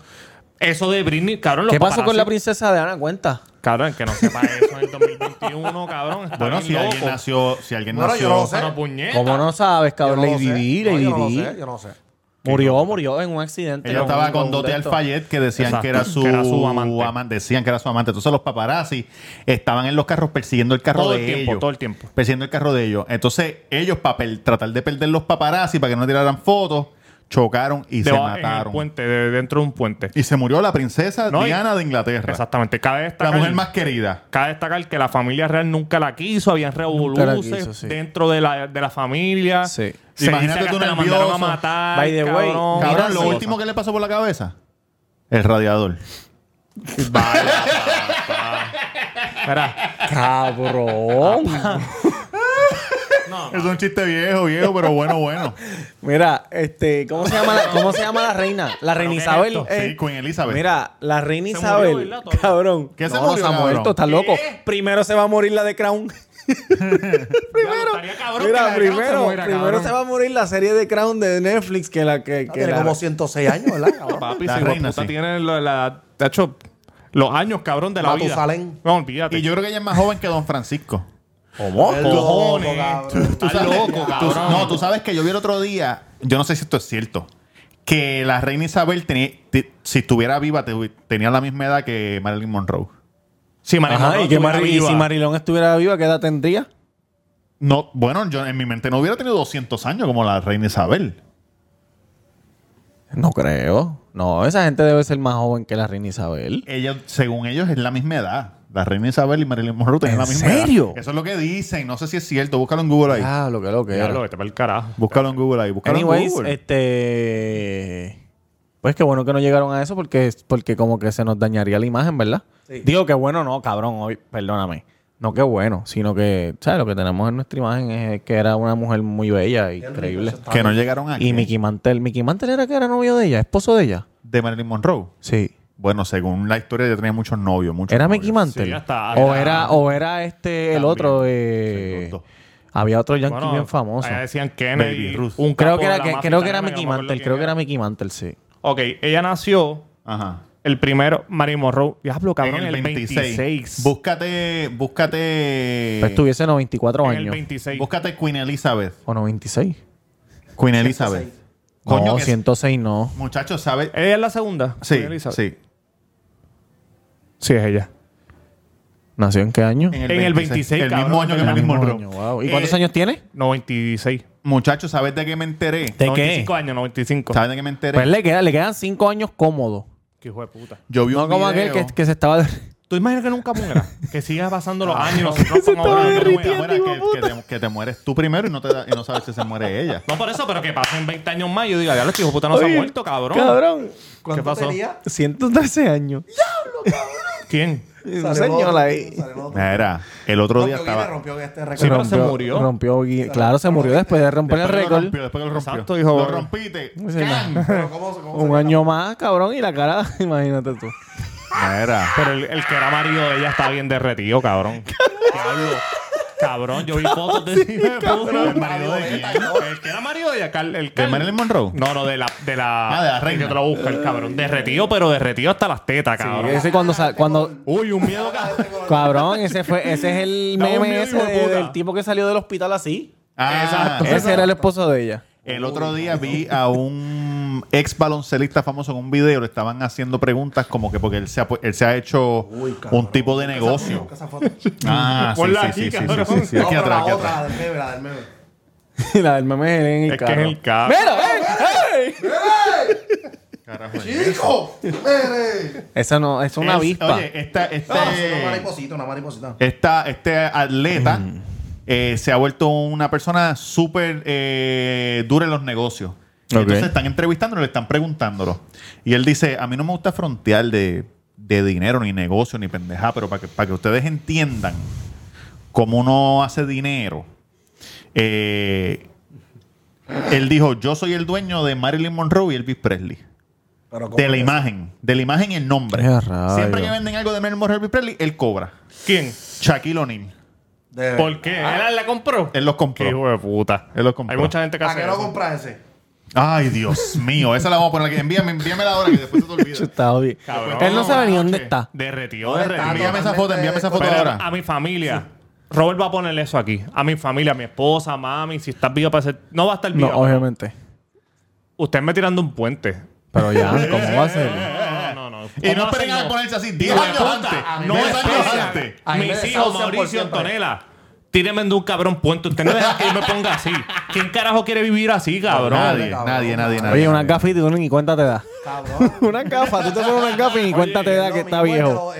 A: Eso de Britney, cabrón. los
F: ¿Qué pasó con la
A: paparazzi-
F: princesa de Ana? Cuenta.
A: Cabrón, que no sepa eso en el 2021, cabrón. está
D: Bueno,
A: bien
D: si alguien
A: loco.
D: nació, si alguien
B: Bueno, yo
D: nació.
B: no lo sé.
A: Pero, puñeta.
F: ¿Cómo no sabes,
B: Yo
F: cabrón?
B: no lo
F: Lady
B: sé.
F: Di,
B: No,
F: Lady
B: Yo no lo
F: Di.
B: sé, yo no sé.
F: Murió, murió en un accidente.
D: Ella
F: con
D: estaba
F: un-
D: con
F: un
D: Dote
F: texto.
D: Alfayet que decían
A: Exacto,
D: que era su,
A: que era su amante.
D: aman- Decían que era su amante. Entonces los paparazzi estaban en los carros persiguiendo el carro
A: Todo
D: de
A: el tiempo,
D: ellos.
A: todo el tiempo.
D: Persiguiendo el carro de ellos. Entonces ellos, para tratar de perder los paparazzi, para que no tiraran fotos, chocaron y se
A: Deba- En el
D: mataron.
A: puente, de- dentro de un puente.
D: Y se murió la princesa
A: No, y-
D: Diana de Inglaterra.
A: Exactamente. Cabe
D: La
A: destacar,
D: mujer más querida.
A: cabe destacar que la familia real nunca la quiso. Habían
F: Nunca la
A: revoluciones
F: quiso, sí.
A: dentro de la, de la familia.
F: Sí.
A: Se
D: Imagínate
A: dice que
D: tú
A: hasta la
D: nervioso.
A: mandaron a matar.
F: By the way,
A: cabrón.
F: Mira,
D: Cabrón, lo
F: sí.
D: último que le pasó por la cabeza, el radiador.
A: Espera.
F: Cabrón.
A: Ah.
D: Es un chiste viejo, viejo, pero bueno, bueno.
F: Mira, este, ¿cómo se llama la, cómo se llama la reina? La reina
A: ¿qué es
F: Isabel.
A: esto?
F: eh,
D: Sí, Queen Elizabeth.
F: Mira, la reina
A: Se murió,
F: Isabel,
A: ¿verdad? Todavía.
F: cabrón.
D: ¿Qué se
F: no, no
D: murió,
F: ha
D: cabrón?
F: muerto, está loco. Primero se va a morir la de Crown.
A: Primero. Cabrón, que la
F: Mira,
A: de Crown
F: primero,
A: se muera,
F: primero
A: cabrón.
F: se va a morir la serie de Crown de Netflix que la que,
B: Ah,
F: que
B: Tiene
F: la-
B: como 106 años, ¿verdad, cabrón?
A: Papi,
D: La
A: la reina,
D: reina,
A: puta
D: sí.
A: tiene lo- la, de hecho, los años, cabrón, de la vida.
B: Matusalén.
A: No, olvídate.
D: Y yo creo que ella es más joven que Don Francisco.
F: ¿Cómo?
B: El
A: cojones.
B: loco,
A: Tú
B: cabrón.
A: estás loco,
D: Tú-
A: cabrón.
D: no, tú sabes que yo vi el otro día, yo no sé si esto es cierto, que la reina Isabel, tenía, te- si estuviera viva, te- tenía la misma edad que Marilyn Monroe.
A: Sí,
F: Ajá,
A: manejando
F: y, que
A: tu vida
F: Mari- y
A: viva.
F: si Marilón estuviera viva, ¿qué edad tendría?
D: No, bueno, yo en mi mente no hubiera tenido 200 años como la reina Isabel.
F: No creo. No, esa gente debe ser más joven que la reina Isabel.
D: Ellos, según ellos, es la misma edad. La reina Isabel y Marilyn Monroe tienen la
F: ¿En
D: misma
F: serio?
D: edad. Eso es lo que dicen. No sé si es cierto. Búscalo en Google ahí.
F: Ah, lo que lo que
A: Ya
F: era.
A: lo vete para el carajo.
D: Búscalo en Google ahí. Búscalo en
F: Anyways, eh,
D: Google.
F: este. Pues qué bueno que no llegaron a eso porque, porque como que se nos dañaría la imagen, ¿verdad? Digo que bueno, no, cabrón, hoy, perdóname. No que bueno, sino que, ¿sabes? Lo que tenemos en nuestra imagen es que era una mujer muy bella, increíble.
D: que no llegaron aquí.
F: Y Mickey Mantel. Mickey Mantel era que era novio de ella, esposo de ella.
D: De Marilyn Monroe.
F: Sí.
D: Bueno, según la historia, ella tenía muchos novios. Muchos
F: ¿Era
D: novios.
F: Mickey Mantel?
A: Sí, hasta-
F: o era, o era este, el
D: También.
F: otro. eh,
D: Sí, los dos.
F: había otro yankee
A: Bueno,
F: bien famoso.
A: Allá decían Kennedy.
D: Baby Ruth.
A: Un
F: Creo
A: capo de
F: que era,
A: la
F: que-
A: mafia
F: creo que era
A: italiana,
F: Mickey
A: no me acuerdo
F: Mantel,
A: quién
F: creo que era Mickey Mantel, sí.
A: Ok, ella nació
D: Ajá.
A: el primero, Marilyn Monroe. Diablo, cabrón,
D: en el 26.
A: 26.
D: Búscate. Búscate.
F: Pues tuviese 94
A: En el
F: años.
A: 26.
D: Búscate Queen Elizabeth.
F: ¿O 96?
D: Queen Elizabeth.
F: no,
D: que-
F: 106 no.
D: Muchachos, ¿sabes?
A: Ella es la segunda.
D: Sí,
A: Eh, Queen Elizabeth.
D: sí.
A: Sí, es ella.
F: ¿Nació en qué año?
A: En el 26,
D: El
A: cabrón,
D: mismo año que
A: el
D: Marilyn
A: mismo
D: Monroe.
F: Coño, wow. ¿Y cuántos
D: Eh,
F: años tiene?
A: 96.
D: Muchachos, ¿sabes de qué me enteré?
F: ¿De
A: 95 años, 95.
D: ¿Sabes de qué me enteré?
F: Pues le, queda, le quedan 5 años cómodos.
A: Qué hijo de puta.
D: Yo vi
F: No
D: un
F: como aquel
D: video.
F: que, que se estaba...
A: ¿Tú imaginas que nunca muera? que siga pasando los años y nosotros como
D: No,
A: ahora
D: no,
A: no
D: no,
A: muera.
D: no, no, que- que te- que te mueres tú primero y no, te da- y no sabes si se muere ella.
A: No por eso, pero que pasen 20 años más. Yo digo, ya los hijos puta no se ha muerto, cabrón.
F: Cabrón.
A: ¿Qué pasó?
B: tenía?
F: 113 años.
A: ¿Quién?
F: Un señor ahí.
D: Era, el otro día estaba.
B: rompió este
A: Sí, pero se
F: Rompió-
A: murió.
F: Rompió, gui- claro, se murió después de romper
D: Después
F: el
D: que lo
F: récord.
D: rompió, después que lo rompió.
A: Exacto, hijo.
D: Lo rompiste.
F: Sí,
D: ¡Can!
F: Un año más, cabrón, y la cara, imagínate tú.
D: Era.
A: Pero el, el que era marido de ella está bien derretido, cabrón. Diablo. Cabrón, yo vi fotos de ese hijo de puta. ¿El marido de quién? El que era marido de ella, Carl- el
D: ¿De
A: Carl.
D: Marilyn Monroe?
A: No, no, de la... De la
D: Ah, de la reina.
A: Yo te lo busco, el cabrón. Derretido, pero derretido hasta las tetas, cabrón.
F: Ese cuando, sa- cuando
A: Uy, un miedo, cabrón.
F: cabrón, ese fue, ese es el
A: Dame un
F: meme
A: miedo,
F: ese
A: hijo de
F: de-
A: puta.
F: del tipo que salió del hospital así.
D: Ah,
F: Ese era el esposo de ella.
D: El otro día vi a un ex baloncelista famoso en un video, le estaban haciendo preguntas como que porque él se ha, pu- él se ha hecho un tipo de negocio. Ah, sí,
A: Ponla
D: sí,
A: aquí,
D: sí, sí, sí,
A: cabrón.
D: sí, sí, aquí atrás, aquí atrás.
B: del meme, la del meme.
F: Y la del meme es en el
A: Es que es
F: carro.
A: el carro.
F: ¡Mira, ey, ey!
D: Carajo,
B: ¡Hijo!
F: Esa no, es una
D: Es-
F: avispa.
D: Oye, esta, este,
B: una mariposita, una mariposita.
D: esta- este atleta eh, se ha vuelto una persona súper eh, dura en los negocios. Y
F: Ok.
D: Entonces están entrevistándolo, le están preguntándolo. Y él dice, a mí no me gusta frontear de, de dinero, ni negocio, ni pendeja, pero para que, para que ustedes entiendan cómo uno hace dinero. eh, él dijo, yo soy el dueño de Marilyn Monroe y Elvis Presley.
B: Pero ¿cómo
D: De la
B: que-
D: imagen. De la imagen y el nombre.
F: ¡Qué rayo!
D: Siempre que venden algo de Marilyn Monroe Elvis Presley, él cobra.
A: ¿Quién?
D: Shaquille O'Neal.
B: de-
A: ¿Por qué? ¿Él la compró?
D: Él los
A: Qué
D: compró.
A: hijo de puta.
D: Él los compró.
A: Hay mucha gente que
B: ¿A
A: hace
B: qué no
A: eso.
B: compras ese?
D: Ay, Dios mío. Esa la vamos a poner aquí. Envíame, envíame la hora que después se te
F: Eso
D: olvida.
F: está bien.
A: Cabrón.
F: Él no sabe ni dónde
D: Che.
F: está.
A: Derretió,
B: ¿Dónde
A: derretió.
B: está?
D: Envíame esa foto, envíame esa foto
A: Pero
D: ahora.
A: a mi familia. Robert va a ponerle eso aquí. A mi familia, a mi esposa, mami. Si estás viva para hacer... No va a estar
F: No,
A: viva. pero
F: obviamente.
A: Usted me tirando un puente.
F: Pero ya, ¿cómo va a ser?
A: No, no, no.
D: Eh, Y no
A: ¿Cómo
D: esperen
A: así
D: a
A: no?
D: ponerse así 10
A: Hijo de
D: años
A: puta,
D: antes.
A: No
D: 10 años
A: esperen.
D: antes.
B: A mí me
A: Mis hijos,
B: desahucian por
A: Mauricio
B: siempre.
A: Antonella. Tírenme de un cabrón puente. Usted no deja que yo me ponga así. ¿Quién carajo quiere vivir así, cabrón?
D: Nadie,
B: cabrón.
D: nadie, nadie, nadie.
F: Oye, una gafa y tú ni cuenta te da.
B: Cabrón.
F: Una gafa, tú te pones una gafa y ni cuenta te da que está viejo.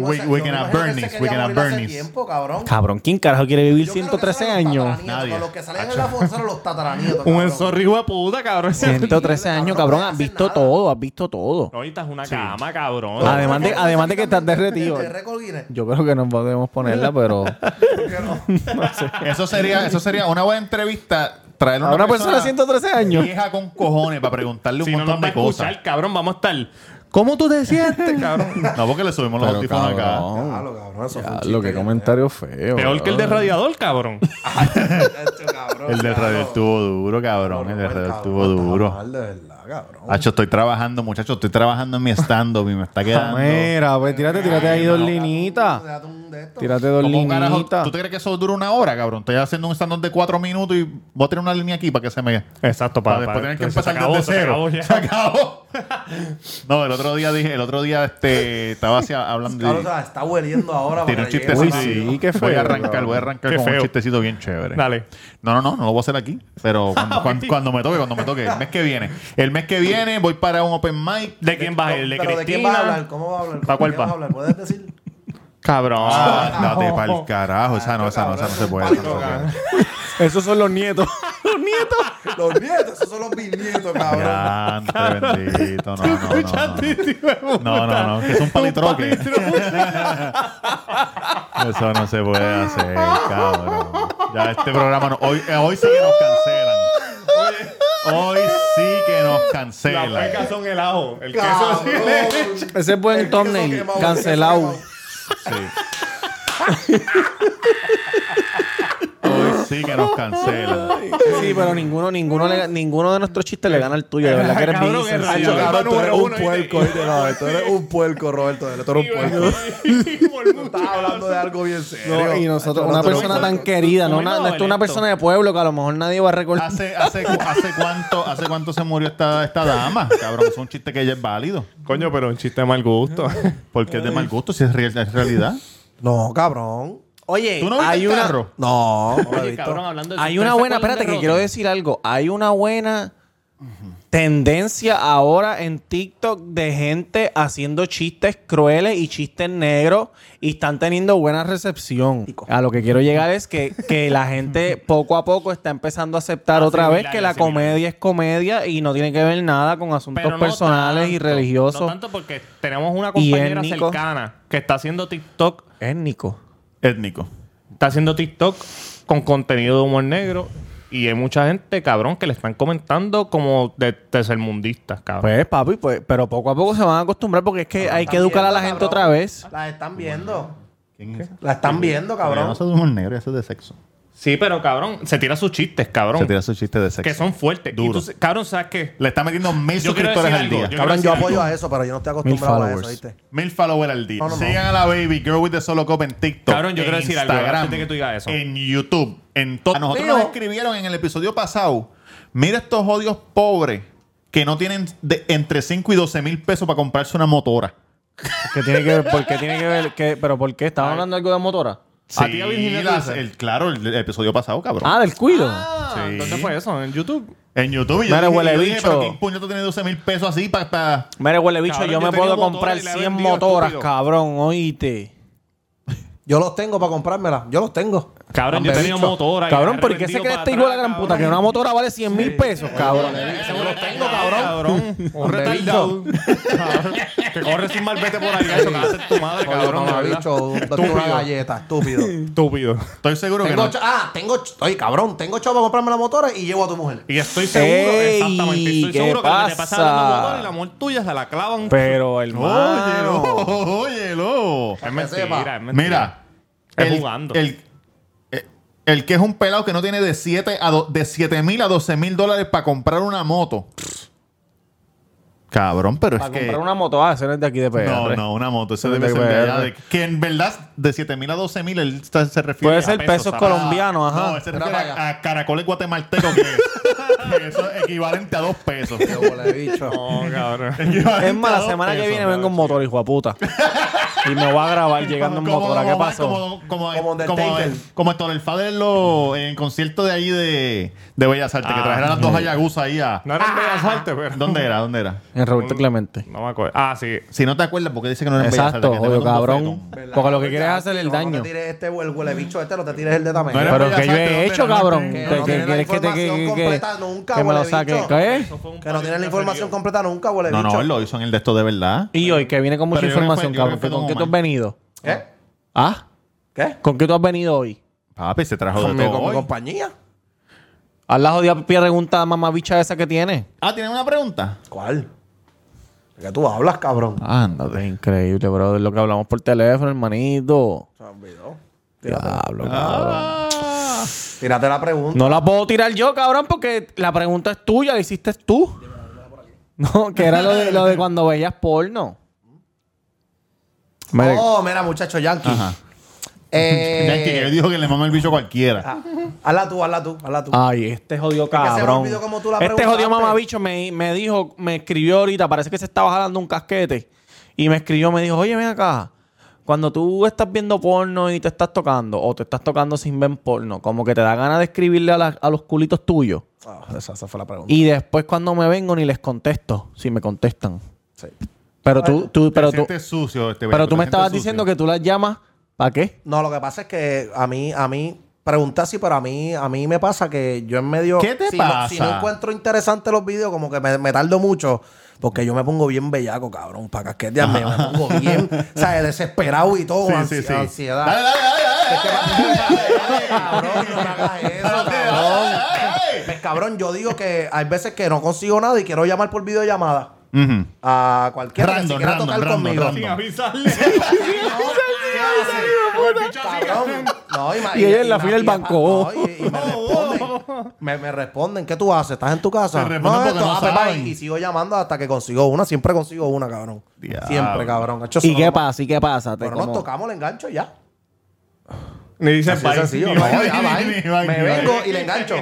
D: We- we can have Bernies, we can have Bernies.
B: Tiempo, cabrón.
F: Cabrón, ¿quién carajo quiere vivir
B: Yo creo que
F: 113
B: esos eran los
F: años?
B: tataranietos,
D: Nadie.
B: Los que salen en la foto eran los tataranietos.
A: Un
B: cabrón.
A: ensorri hijo de puta, cabrón.
F: 113 años, cabrón, has visto todo, has visto todo.
A: No, ahorita es una cama, cabrón.
F: Además de, además de que estás derretido.
B: De récord Guinness.
F: Yo creo que no podemos ponerla, pero
B: ¿Por qué no?
D: Eso sería, eso sería una buena entrevista. Traer a
F: a una persona de 113 años.
D: vieja con cojones para preguntarle un
A: si no
D: montón
A: nos va a
D: de cosas.
A: escuchar, cabrón, vamos a estar. ¿Cómo tú te sientes, cabrón?
D: No, porque le subimos los
F: Pero,
D: audífonos acá.
F: cabrón,
B: Diablo, cabrón, eso fue un
F: ya,
B: chiste
F: lo que
B: bien
F: comentario feo.
A: Peor que el de
F: cabrón.
A: radiador, cabrón.
B: Hecho, cabrón,
D: El del radio
B: cabrón.
D: estuvo duro, cabrón. El del radio estuvo duro.
B: Mal, de verdad, cabrón.
D: Hacho, estoy trabajando, muchachos. Estoy trabajando en mi stand-up y me está quedando.
F: Mira, pues tírate, tírate ahí dos linitas.
B: Déjate un un de estos.
F: Tírate dos
D: ¿Cómo carajo?
F: linitas.
D: ¿Tú te crees que eso dura una hora, cabrón? Estoy haciendo un stand-up de cuatro minutos y voy a tener una línea aquí para que se me...
A: Exacto,
D: Para,
A: para,
D: después tener que
A: entonces
D: empezar
A: se acabó,
D: desde
A: se
D: cero.
A: acabó ya.
D: Se acabó. no, el otro día dije, el otro día este, estaba así hablando
B: Claro, o
D: de...
B: sea, está hueliendo ahora.
D: Tiene un
B: porque llega
D: chistecito.
B: la-
A: Uy,
F: sí, qué
D: Voy
F: feo,
D: a arrancar, voy a arrancar
A: Qué
D: con
A: feo.
D: un chistecito bien chévere.
A: Dale.
D: No, no, no, no lo voy a hacer aquí. Pero cuando, cuando- cuando me toque, cuando me toque. El mes que viene. El mes que viene voy para un open mic.
A: ¿De quién vas? ¿El de
B: Pero ¿de quién vas a hablar?
A: Cristina?
B: ¿Cómo vas a hablar?
A: ¿Para cuál
B: ¿Quién vas a
A: va?
B: hablar? ¿Puedes decir?
A: Cabrón.
D: Ah, Ándate para el carajo. Esa no, esa no, esa no se puede. esa no se puede.
F: Esos son los nietos. los nietos.
B: Los nietos, esos son los bisnietos, cabrón.
D: Ya, entre bendito. No, no, no,
A: no,
D: no. No, no, no. Que es un
A: Ah,
D: palitroque. Eso no se puede hacer, cabrón. Ya este programa no- hoy, eh, hoy sí que nos cancelan. Hoy sí que nos cancelan.
A: Las pecas son el ajo. El queso sí.
B: Cabrón.
F: Ese es
B: El
F: buen
B: queso
F: thumbnail.
B: quemado,
F: Cancelado.
B: el queso
D: Sí. Hoy sí que nos cancelan.
F: Sí, pero ninguno, ninguno, le- ninguno de nuestros chistes le gana al tuyo. De verdad que eres bien
A: Cabrón, el
F: insensible.
B: Hacho,
A: Ay,
B: cabrón, tú eres
A: número
B: un
A: uno, ¿viste?
B: puerco, ¿viste? No, tú eres un puerco, Roberto. Tú eres un puerco. Estás hablando de algo bien serio.
F: No, y nosotros,
B: Hacho,
F: una
B: tú eres
F: persona
B: un
F: tan
B: puerco.
F: querida, no,
A: Muy
F: una, no esto es una
A: novelito.
F: persona de pueblo que a lo mejor nadie va a recordar.
D: ¿Hace, hace, cu- hace, cuánto, ¿Hace cuánto se murió esta, esta dama? Cabrón, es un chiste que ya es válido.
A: Coño, pero un chiste de mal gusto.
D: Porque es de mal gusto, si es, real- es realidad.
B: No, cabrón.
A: Eh,
F: Oye,
D: ¿Tú no viste
F: hay
D: el
F: una,
D: carro?
B: No, no lo he visto.
A: hablando
F: hay una buena, espérate que quiero decir algo. Hay una buena tendencia ahora en TikTok de gente haciendo chistes crueles y chistes negros y están teniendo buena recepción. A lo que quiero llegar es que, que la gente poco a poco está empezando a aceptar otra vez
A: Asimilar,
F: que la
A: asimilar.
F: comedia es comedia y no tiene que ver nada con asuntos
A: Pero no
F: personales y
A: tanto,
F: religiosos.
A: No tanto porque tenemos una
F: Y
A: compañera
F: étnico.
A: cercana que está haciendo TikTok.
F: Étnico.
D: Étnico.
A: Está haciendo TikTok con contenido de humor negro. Y hay mucha gente, cabrón, que le están comentando como de tercermundistas, cabrón.
F: Pues, papi, pues, pero poco a poco se van a acostumbrar porque es que hay que educar a la gente otra vez.
B: La están viendo.
D: ¿Quién es?
B: La están viendo,
D: Cabrón. No
B: cabrón.
D: soy de humor negro, eso es de sexo.
A: Sí, pero cabrón, se tira sus chistes, cabrón.
D: Se tira su chiste de sexo.
A: que son fuertes. Y
D: Duro.
A: tú- cabrón, ¿sabes qué?
D: Le está metiendo mil
A: Yo quiero
D: suscriptores
A: decir
D: al
A: algo,
D: día.
A: yo
B: Cabrón, yo
A: Gracias.
B: apoyo a eso, pero yo no estoy acostumbrado a eso,
F: followers.
B: ¿viste?
D: Mil followers al día.
B: No, no, no.
D: Sigan a la baby girl with the solo cop en TikTok.
A: Cabrón, yo
D: en
A: quiero decir algo,
D: Instagram,
A: antes de que tú digas eso.
D: En YouTube. En to- a nosotros
B: Pero-
D: nos escribieron en el episodio pasado. Mira estos odios pobres que no tienen de- entre 5 y 12 mil pesos para comprarse una motora.
F: ¿Qué tiene que ver? ¿Por qué tiene que ver? ¿Qué- ¿Pero por qué? ¿Estabas hablando algo de motora?
A: ¿A ti, a Virginia, te
D: las-
A: dice?
D: el, claro, el, el episodio pasado, cabrón.
F: Ah, del cuido.
D: Sí.
A: ¿Dónde fue eso? ¿En YouTube?
D: En YouTube. Y yo
F: Mira,
D: dije,
F: huele
D: yo dije,
F: bicho.
D: ¿pero qué puñeto tiene 12 mil pesos así para...
F: Mire, huele bicho,
A: Cabrón,
F: yo
A: yo
F: me
A: tenía
F: puedo
A: un motor
F: comprar
A: y la he
F: 100
A: vendido,
F: motoras,
A: estúpido.
F: cabrón, oíste.
B: Yo los tengo para comprármela. Yo los tengo.
A: Cabrón, yo he tenido motora. y
F: Cabrón,
A: la he
F: ¿por qué se
A: revendido
F: cree
A: para
F: este hijo de la
A: atrás,
F: gran puta que una motora vale 100 mil pesos, cabrón?
A: tengo, cabrón. Un
F: Hombre,
A: retardado. que corre sin malvete por ahí. Eso que hace tu madre, cabrón. de
B: Mamá,
A: verdad.
B: bicho, date una
A: Estúpido.
B: galleta, estúpido.
A: Estúpido.
D: Estoy seguro que
B: Tengo
D: no.
B: cho- ah, tengo. cho- Oye, cabrón, tengo chavo para comprarme la motora y llevo a tu mujer.
A: Y estoy seguro,
F: Ey,
A: exactamente. Estoy
F: ¿qué
A: seguro que lo que te
F: pasa?
A: pasa hablando de motor y la amor tuya se la clavan.
F: Pero,
D: Óyelo,
F: hermano.
D: óyelo.
A: es mentira, es mentira.
D: Mira,
A: Es jugando.
D: El, el- el que es un pelado que no tiene de 7 a do- de siete mil a 12 mil dólares para comprar una moto. Cabrón, pero
F: Para
D: es que.
F: comprar una moto, ah, eso no es de aquí de PR.
D: no, no, una moto. Eso
F: Pero
D: debe
F: de
D: ser de allá.
F: PR.
D: de- que en verdad, de 7 mil a 12 mil, él está- se refiere
F: Puede
D: a
F: ser pesos
D: ¿sabes?
F: colombianos, ajá.
D: No, él se
B: Mira
D: refiere
B: para
D: a, a caracoles guatemaltecos, que, que eso es equivalente a 2 pesos.
B: Yo, huele bicho.
A: No, cabrón.
F: Es más, la semana que viene vengo en motor, hijo de puta. Y me voy a grabar llegando en
D: Como-
F: motora. ¿Qué
D: como-
F: pasó?
D: Como, como,
B: Como
D: como,
B: Undertaker.
D: como, como Héctor el Fader en lo- en el concierto de ahí de, de Bellas Artes, que
A: Ah.
D: trajeron las dos Hayagusa ahí a...
A: No eran bellas artes, pero.
D: ¿Dónde era? ¿Dónde era?
F: En Roberto Clemente.
A: No me acuerdo. Ah, sí.
D: Si no te acuerdas, porque dice que no era en Bellas Artes.
F: Exacto,
D: que te
F: odio
D: mando un
F: cabrón.
D: bofetón.
F: Porque lo que quieres es hacerle el
B: No, No
F: daño.
B: te tires este huele, huele bicho este, no te tires el de también.
D: No era-
F: Pero
D: Bellas
F: que yo
D: Artes,
F: he
D: ¿dónde?
F: hecho,
D: No
F: cabrón.
D: tiene-
F: Que-
B: no
F: que-
B: tiene la
F: ¿Quieres que te que,
B: información
F: que-
B: completa nunca,
F: que me
B: huele
F: lo saque?
B: bicho.
F: ¿Qué?
B: que no tienen la información completa nunca, huele
D: No,
B: bicho.
D: no, él lo hizo en el de esto de verdad.
F: Y hoy que viene con mucha
D: Pero yo creo que
F: información,
D: fue- yo creo
F: cabrón.
D: que fue
F: ¿Con
D: Don
F: qué tú has
D: Omar.
F: venido?
B: ¿Qué?
F: ¿Ah?
B: ¿Eh? ¿Qué?
F: ¿Con qué tú has venido hoy?
D: Papi, se trajo
B: Con mi
D: de todo
B: con mi
D: hoy.
B: compañía.
F: Haz la jodida pregunta mamabicha esa que tiene.
D: Ah, ¿tienes una pregunta?
B: ¿Cuál? ¿De qué tú hablas, cabrón?
D: Ándate.
F: Increíble, bro. Lo que hablamos por teléfono, hermanito.
B: Se me olvidó. Tírate,
F: Diablo, cabrón.
B: tírate la pregunta.
F: No la puedo tirar yo, cabrón, porque la pregunta es tuya, la hiciste tú. No, que era lo de, lo de cuando veías porno. Mire,
B: Oh, mira, muchacho yankee.
D: Ajá.
B: Eh,
D: Yankee, que yo digo que le mama el bicho a cualquiera.
B: ah, hazla tú, hazla tú, hazla tú.
F: Ay, este jodido
B: me
F: cabrón.
B: olvidó cómo tú la
F: Este
B: preguntaste.
F: jodido mamabicho me, me dijo, me escribió ahorita, parece que se estaba jalando un casquete. Y me escribió, me dijo, oye, ven acá. Cuando tú estás viendo porno y te estás tocando, o te estás tocando sin ver porno, como que te da ganas de escribirle a, la- a los culitos tuyos.
B: Ah, esa, esa fue la pregunta.
F: Y después cuando me vengo ni les contesto, si me contestan.
B: Sí.
F: Pero tú, tú, pero
D: te
F: tú,
D: sientes sucio. Este
F: pero tú me estabas diciendo que tú las llamas, ¿para qué?
B: No, lo que pasa es que a mí, a mí, pregunté así, pero a mí, a mí me pasa que yo en medio.
D: ¿Qué te
B: si no-
D: pasa?
B: si no encuentro interesantes los videos, como que me, me tardo mucho. Porque yo me pongo bien bellaco, cabrón. Para casquetearme, me pongo bien, o sea, desesperado y todo.
D: Sí,
B: ansi-
D: sí, sí.
B: Ansiedad.
D: Dale, dale, dale,
B: Es que
D: dale,
B: me- cabrón, no me hagas eso,
D: dale, dale,
B: cabrón.
D: dale, dale.
B: Pues, cabrón, yo digo que hay veces que no consigo nada y quiero llamar por videollamada
D: Ujú.
B: a cualquiera que
D: Random,
B: se quiera
D: random,
B: tocar
D: random,
B: conmigo.
D: random.
A: Sin avisarle.
B: Cabrón. No, y, ma-
F: Y ella en la fila del
B: y-
F: banco.
B: no, y, y me
D: Oh,
B: responden. Me, me responden. ¿Qué tú haces? ¿Estás en tu casa?
D: Te responden porque no
B: ah, pues,
D: saben.
B: bye. Y sigo llamando hasta que consigo una. Siempre consigo una, cabrón.
D: Diablo.
B: Siempre, cabrón. Hecho,
F: ¿Y
B: eso
F: qué
B: no-
F: pasa? ¿Y qué pasa? Te
B: Pero
F: como-
B: nos tocamos el engancho y ya.
A: Ni dice
B: Así de sencillo. No,
D: bye,
B: ya,
D: ni-
B: bye.
D: ni- ni- ni-
B: Me
D: ni-
B: vengo
D: ni-
B: y le engancho.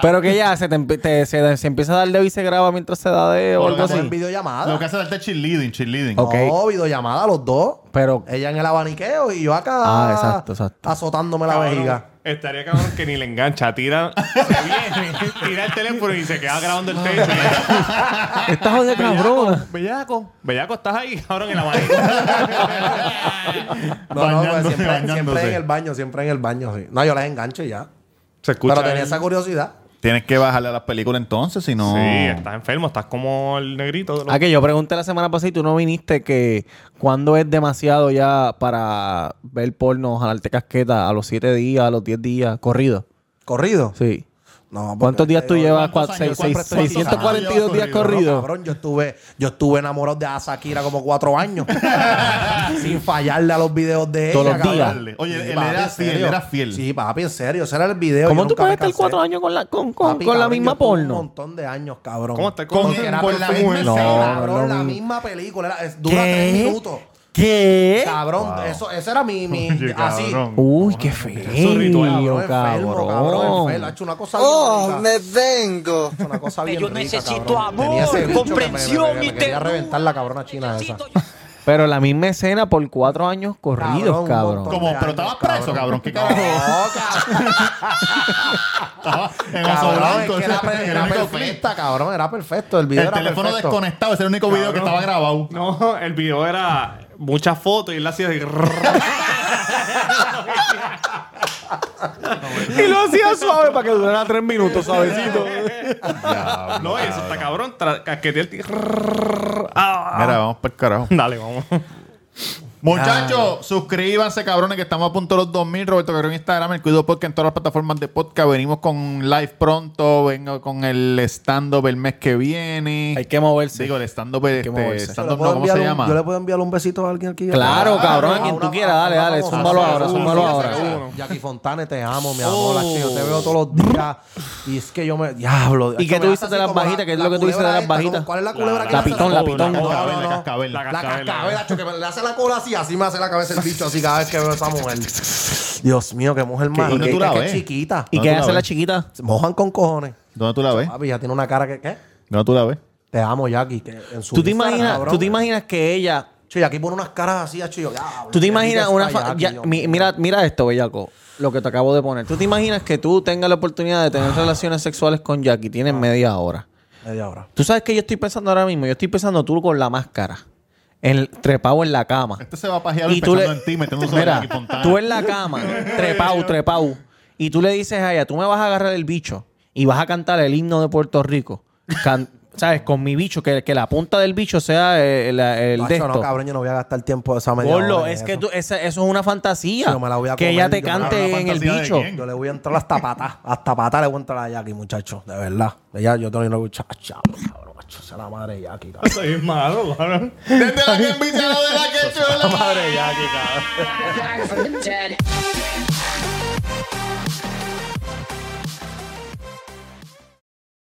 F: Pero que ya se, te, empi- te- se, se empieza a dar dedo y se graba mientras se da dedo o
D: Por
F: algo
D: lo que
B: Hacemos
F: así.
B: videollamada.
D: Ah, Lo que hace es darte cheerleading, cheerleading.
F: Ok.
B: No, videollamada los dos.
F: Pero
B: Ella en el abaniqueo y yo acá
F: Ah, exacto, exacto.
B: azotándome la
A: Cabrón,
B: vejiga.
A: Estaría cabrón que ni le engancha. Tira, se viene, tira el teléfono y se queda grabando el tape.
F: estás jodido, cabrón.
A: Bellaco, Bellaco, estás ahí, cabrón, en la manita.
B: No, no, pues
D: Bañándose,
B: siempre, siempre
D: bañándose.
B: en el baño, siempre en el baño, sí. No, yo las engancho y ya.
A: se
B: Pero
A: ahí.
B: tenía esa curiosidad.
D: Tienes que bajarle a las películas entonces, si no.
A: Sí, estás enfermo, estás como el negrito. de los-
F: Ah, que yo pregunté la semana pasada y tú no viniste que cuándo es demasiado ya para ver porno, jalarte casqueta a los 7 días, a los 10 días, corrido.
B: Corrido.
F: Sí.
B: No, porque
F: ¿Cuántos días
B: te
F: tú
B: digo,
F: llevas?
D: ¿cuántos
F: Cua-
D: años?
F: seis- seis-
D: ¿Cuántos años?
F: 642 días
B: no,
D: Corrido,
F: corridos.
B: cabrón, yo estuve, yo estuve enamorado de Shakira como cuatro años. sin fallarle a los videos de ella.
F: Todos los
B: cabrón.
F: días.
D: Oye, él
B: papi,
D: era
B: en
D: fiel,
B: serio.
D: era fiel.
B: Sí, papi, en serio, ese era el video.
F: ¿Cómo
B: yo
F: tú
B: nunca me
F: puedes estar
B: cansé.
F: cuatro años con la, con, con-
B: Papi,
F: con la
B: cabrón, yo
F: misma
B: estuve Un
F: porno?
B: montón de años, cabrón.
A: ¿Cómo estás
D: Con,
A: con
B: Porque
D: el-
B: era
D: con la
B: perfume.
D: misma
F: No,
D: escena.
B: Cabrón,
F: no,
B: la
F: no.
B: misma película. era- es- dura tres minutos.
F: ¿Qué?
B: Cabrón, eso, ese era mi, mi
D: Oye,
B: así.
D: cabrón.
F: Uy, qué
A: un ritual,
F: feo,
B: Cabrón, enfermo, cabrón, enfermo. Ha
F: cabrón. Oh,
B: hecho una cosa bien rica.
H: vengo.
B: Es una cosa bien
G: Yo
B: rica,
G: necesito
B: cabrón.
G: amor,
B: Tenía ese bicho que me- me-
G: comprensión
B: me- me
G: y
B: quería
G: ternura.
B: reventar la cabrona china esa.
F: Pero la misma escena por cuatro años corridos,
B: Cabrón, un
F: cabrón.
B: montón.
D: Como,
B: Cabrón,
D: pero estabas preso, cabrón. ¿Qué
B: No,
D: carajo?
B: cabrón,
D: Estaba en oso
B: cabrón, es
D: blanco.
B: que
D: ese
B: era,
D: era el
B: era
D: único clip.
B: perfecta, cabrón, era perfecto. El video
D: El
B: era
D: teléfono
B: perfecto.
D: desconectado, ese era el único video que estaba grabado.
A: No, el video era muchas fotos y él hacía así.
F: Y lo hacía suave para que durara tres minutos, suavecito.
A: no, eso está cabrón. tra- Casquetea el tío. Ah.
D: Mira, vamos para el carajo.
A: Dale, vamos.
D: Muchachos, suscríbanse, cabrones, que estamos a punto de los 2000. Roberto Guerrero en Instagram, el Cuido Podcast en todas las plataformas de podcast. Venimos con live pronto. Vengo con el stand-up el mes que viene.
F: Hay que moverse.
D: Digo, el stand-up, este,
F: moverse.
B: Yo
D: stand-up
B: le
D: no,
B: puedo
D: ¿cómo se
B: enviar un-
D: llama?
B: Yo le puedo enviar un besito a alguien aquí. Ah,
F: Claro, cabrón, a quien
B: una-
F: tú quieras, dale,
B: una
F: dale,
B: famosa.
F: zúmbalo ahora,
B: Sí,
F: zúmbalo
B: sí,
F: ahora. Oh.
B: sí, sí. Jackie Fontane, te amo, mi amor. la que yo te veo todos los días. Y es que yo me. Diablo.
F: ¿Y qué
B: que
F: tú
B: me
F: dices
B: hace
F: de
B: así
F: las
B: como
F: bajitas? ¿Qué es lo que tú
B: culebra
F: dices de las
B: esta, como-
F: bajas?
B: ¿Cuál es la culebra
A: La-
B: que
A: la
B: le hace
F: pitón,
B: así?
F: la pitón.
B: No,
D: La
B: no, no.
D: cascabel, la
A: La
B: La
A: cascabel.
B: cascabel, hacho, que me- le hace la cola así, así me hace la cabeza el bicho así cada vez que veo a esa mujer. Dios mío, qué mujer más.
D: dónde
B: rica,
D: tú la
B: qué
D: ves?
B: chiquita.
F: ¿Y
D: No,
F: qué
D: tú la
F: hace la
D: ves.
F: chiquita?
B: Se Mojan con cojones.
D: ¿Dónde tú la ves?
B: Papi, ya tiene una cara que. ¿Qué?
D: ¿Dónde tú la ves?
B: Te amo, Jackie. que en su
F: ¿Tú te,
B: Instagram,
F: imaginas,
B: cabrón.
F: ¿Tú te imaginas que ella...
B: Che, y aquí pone unas caras así, acho, y yo, diablo,
F: ¿Tú te
B: qué
F: imaginas
B: rica
F: una...
B: está
F: fa-
B: Jackie,
F: ya-
B: yo,
F: mi- mira, mira esto, Bellaco, lo que te acabo de poner. ¿Tú te imaginas que tú tengas la oportunidad de tener relaciones sexuales con Jackie? Tienes
B: Ah.
F: media hora.
B: media hora.
F: ¿Tú sabes que yo estoy pensando ahora mismo? Yo estoy pensando tú con la máscara. El trepado en la cama.
D: Este se va a pajear pensando en ti, metiendo sobre
F: Mira,
D: Jackie Fontana.
F: tú en la cama, trepau, trepau, y tú le dices a ella, tú me vas a agarrar el bicho y vas a cantar el himno de Puerto Rico. Can- ¿Sabes? Con mi bicho, que, que la punta del bicho sea eh, la- el,
B: Macho,
F: de esto.
B: no, cabrón, yo no voy a gastar tiempo de esa media
F: Gordo,
B: hora en
F: es que
B: eso.
F: tú, esa- eso es una fantasía.
B: Sí, yo me la voy a
F: que
B: comer,
F: ella te
B: yo me la-
F: cante
D: ¿Una
F: en el
D: fantasía de
F: bicho.
D: quién?
B: Yo le voy a entrar hasta pata. Hasta pata le voy a entrar a Jackie, muchacho. De verdad. Ella, yo tengo una lucha. Cabrón, macho, esa es la madre de Jackie, cabrón.
A: Soy malo, cabrón.
D: Desde la que envidia, la de la que chula.
B: Madre de Jackie, cabrón.
I: Dead.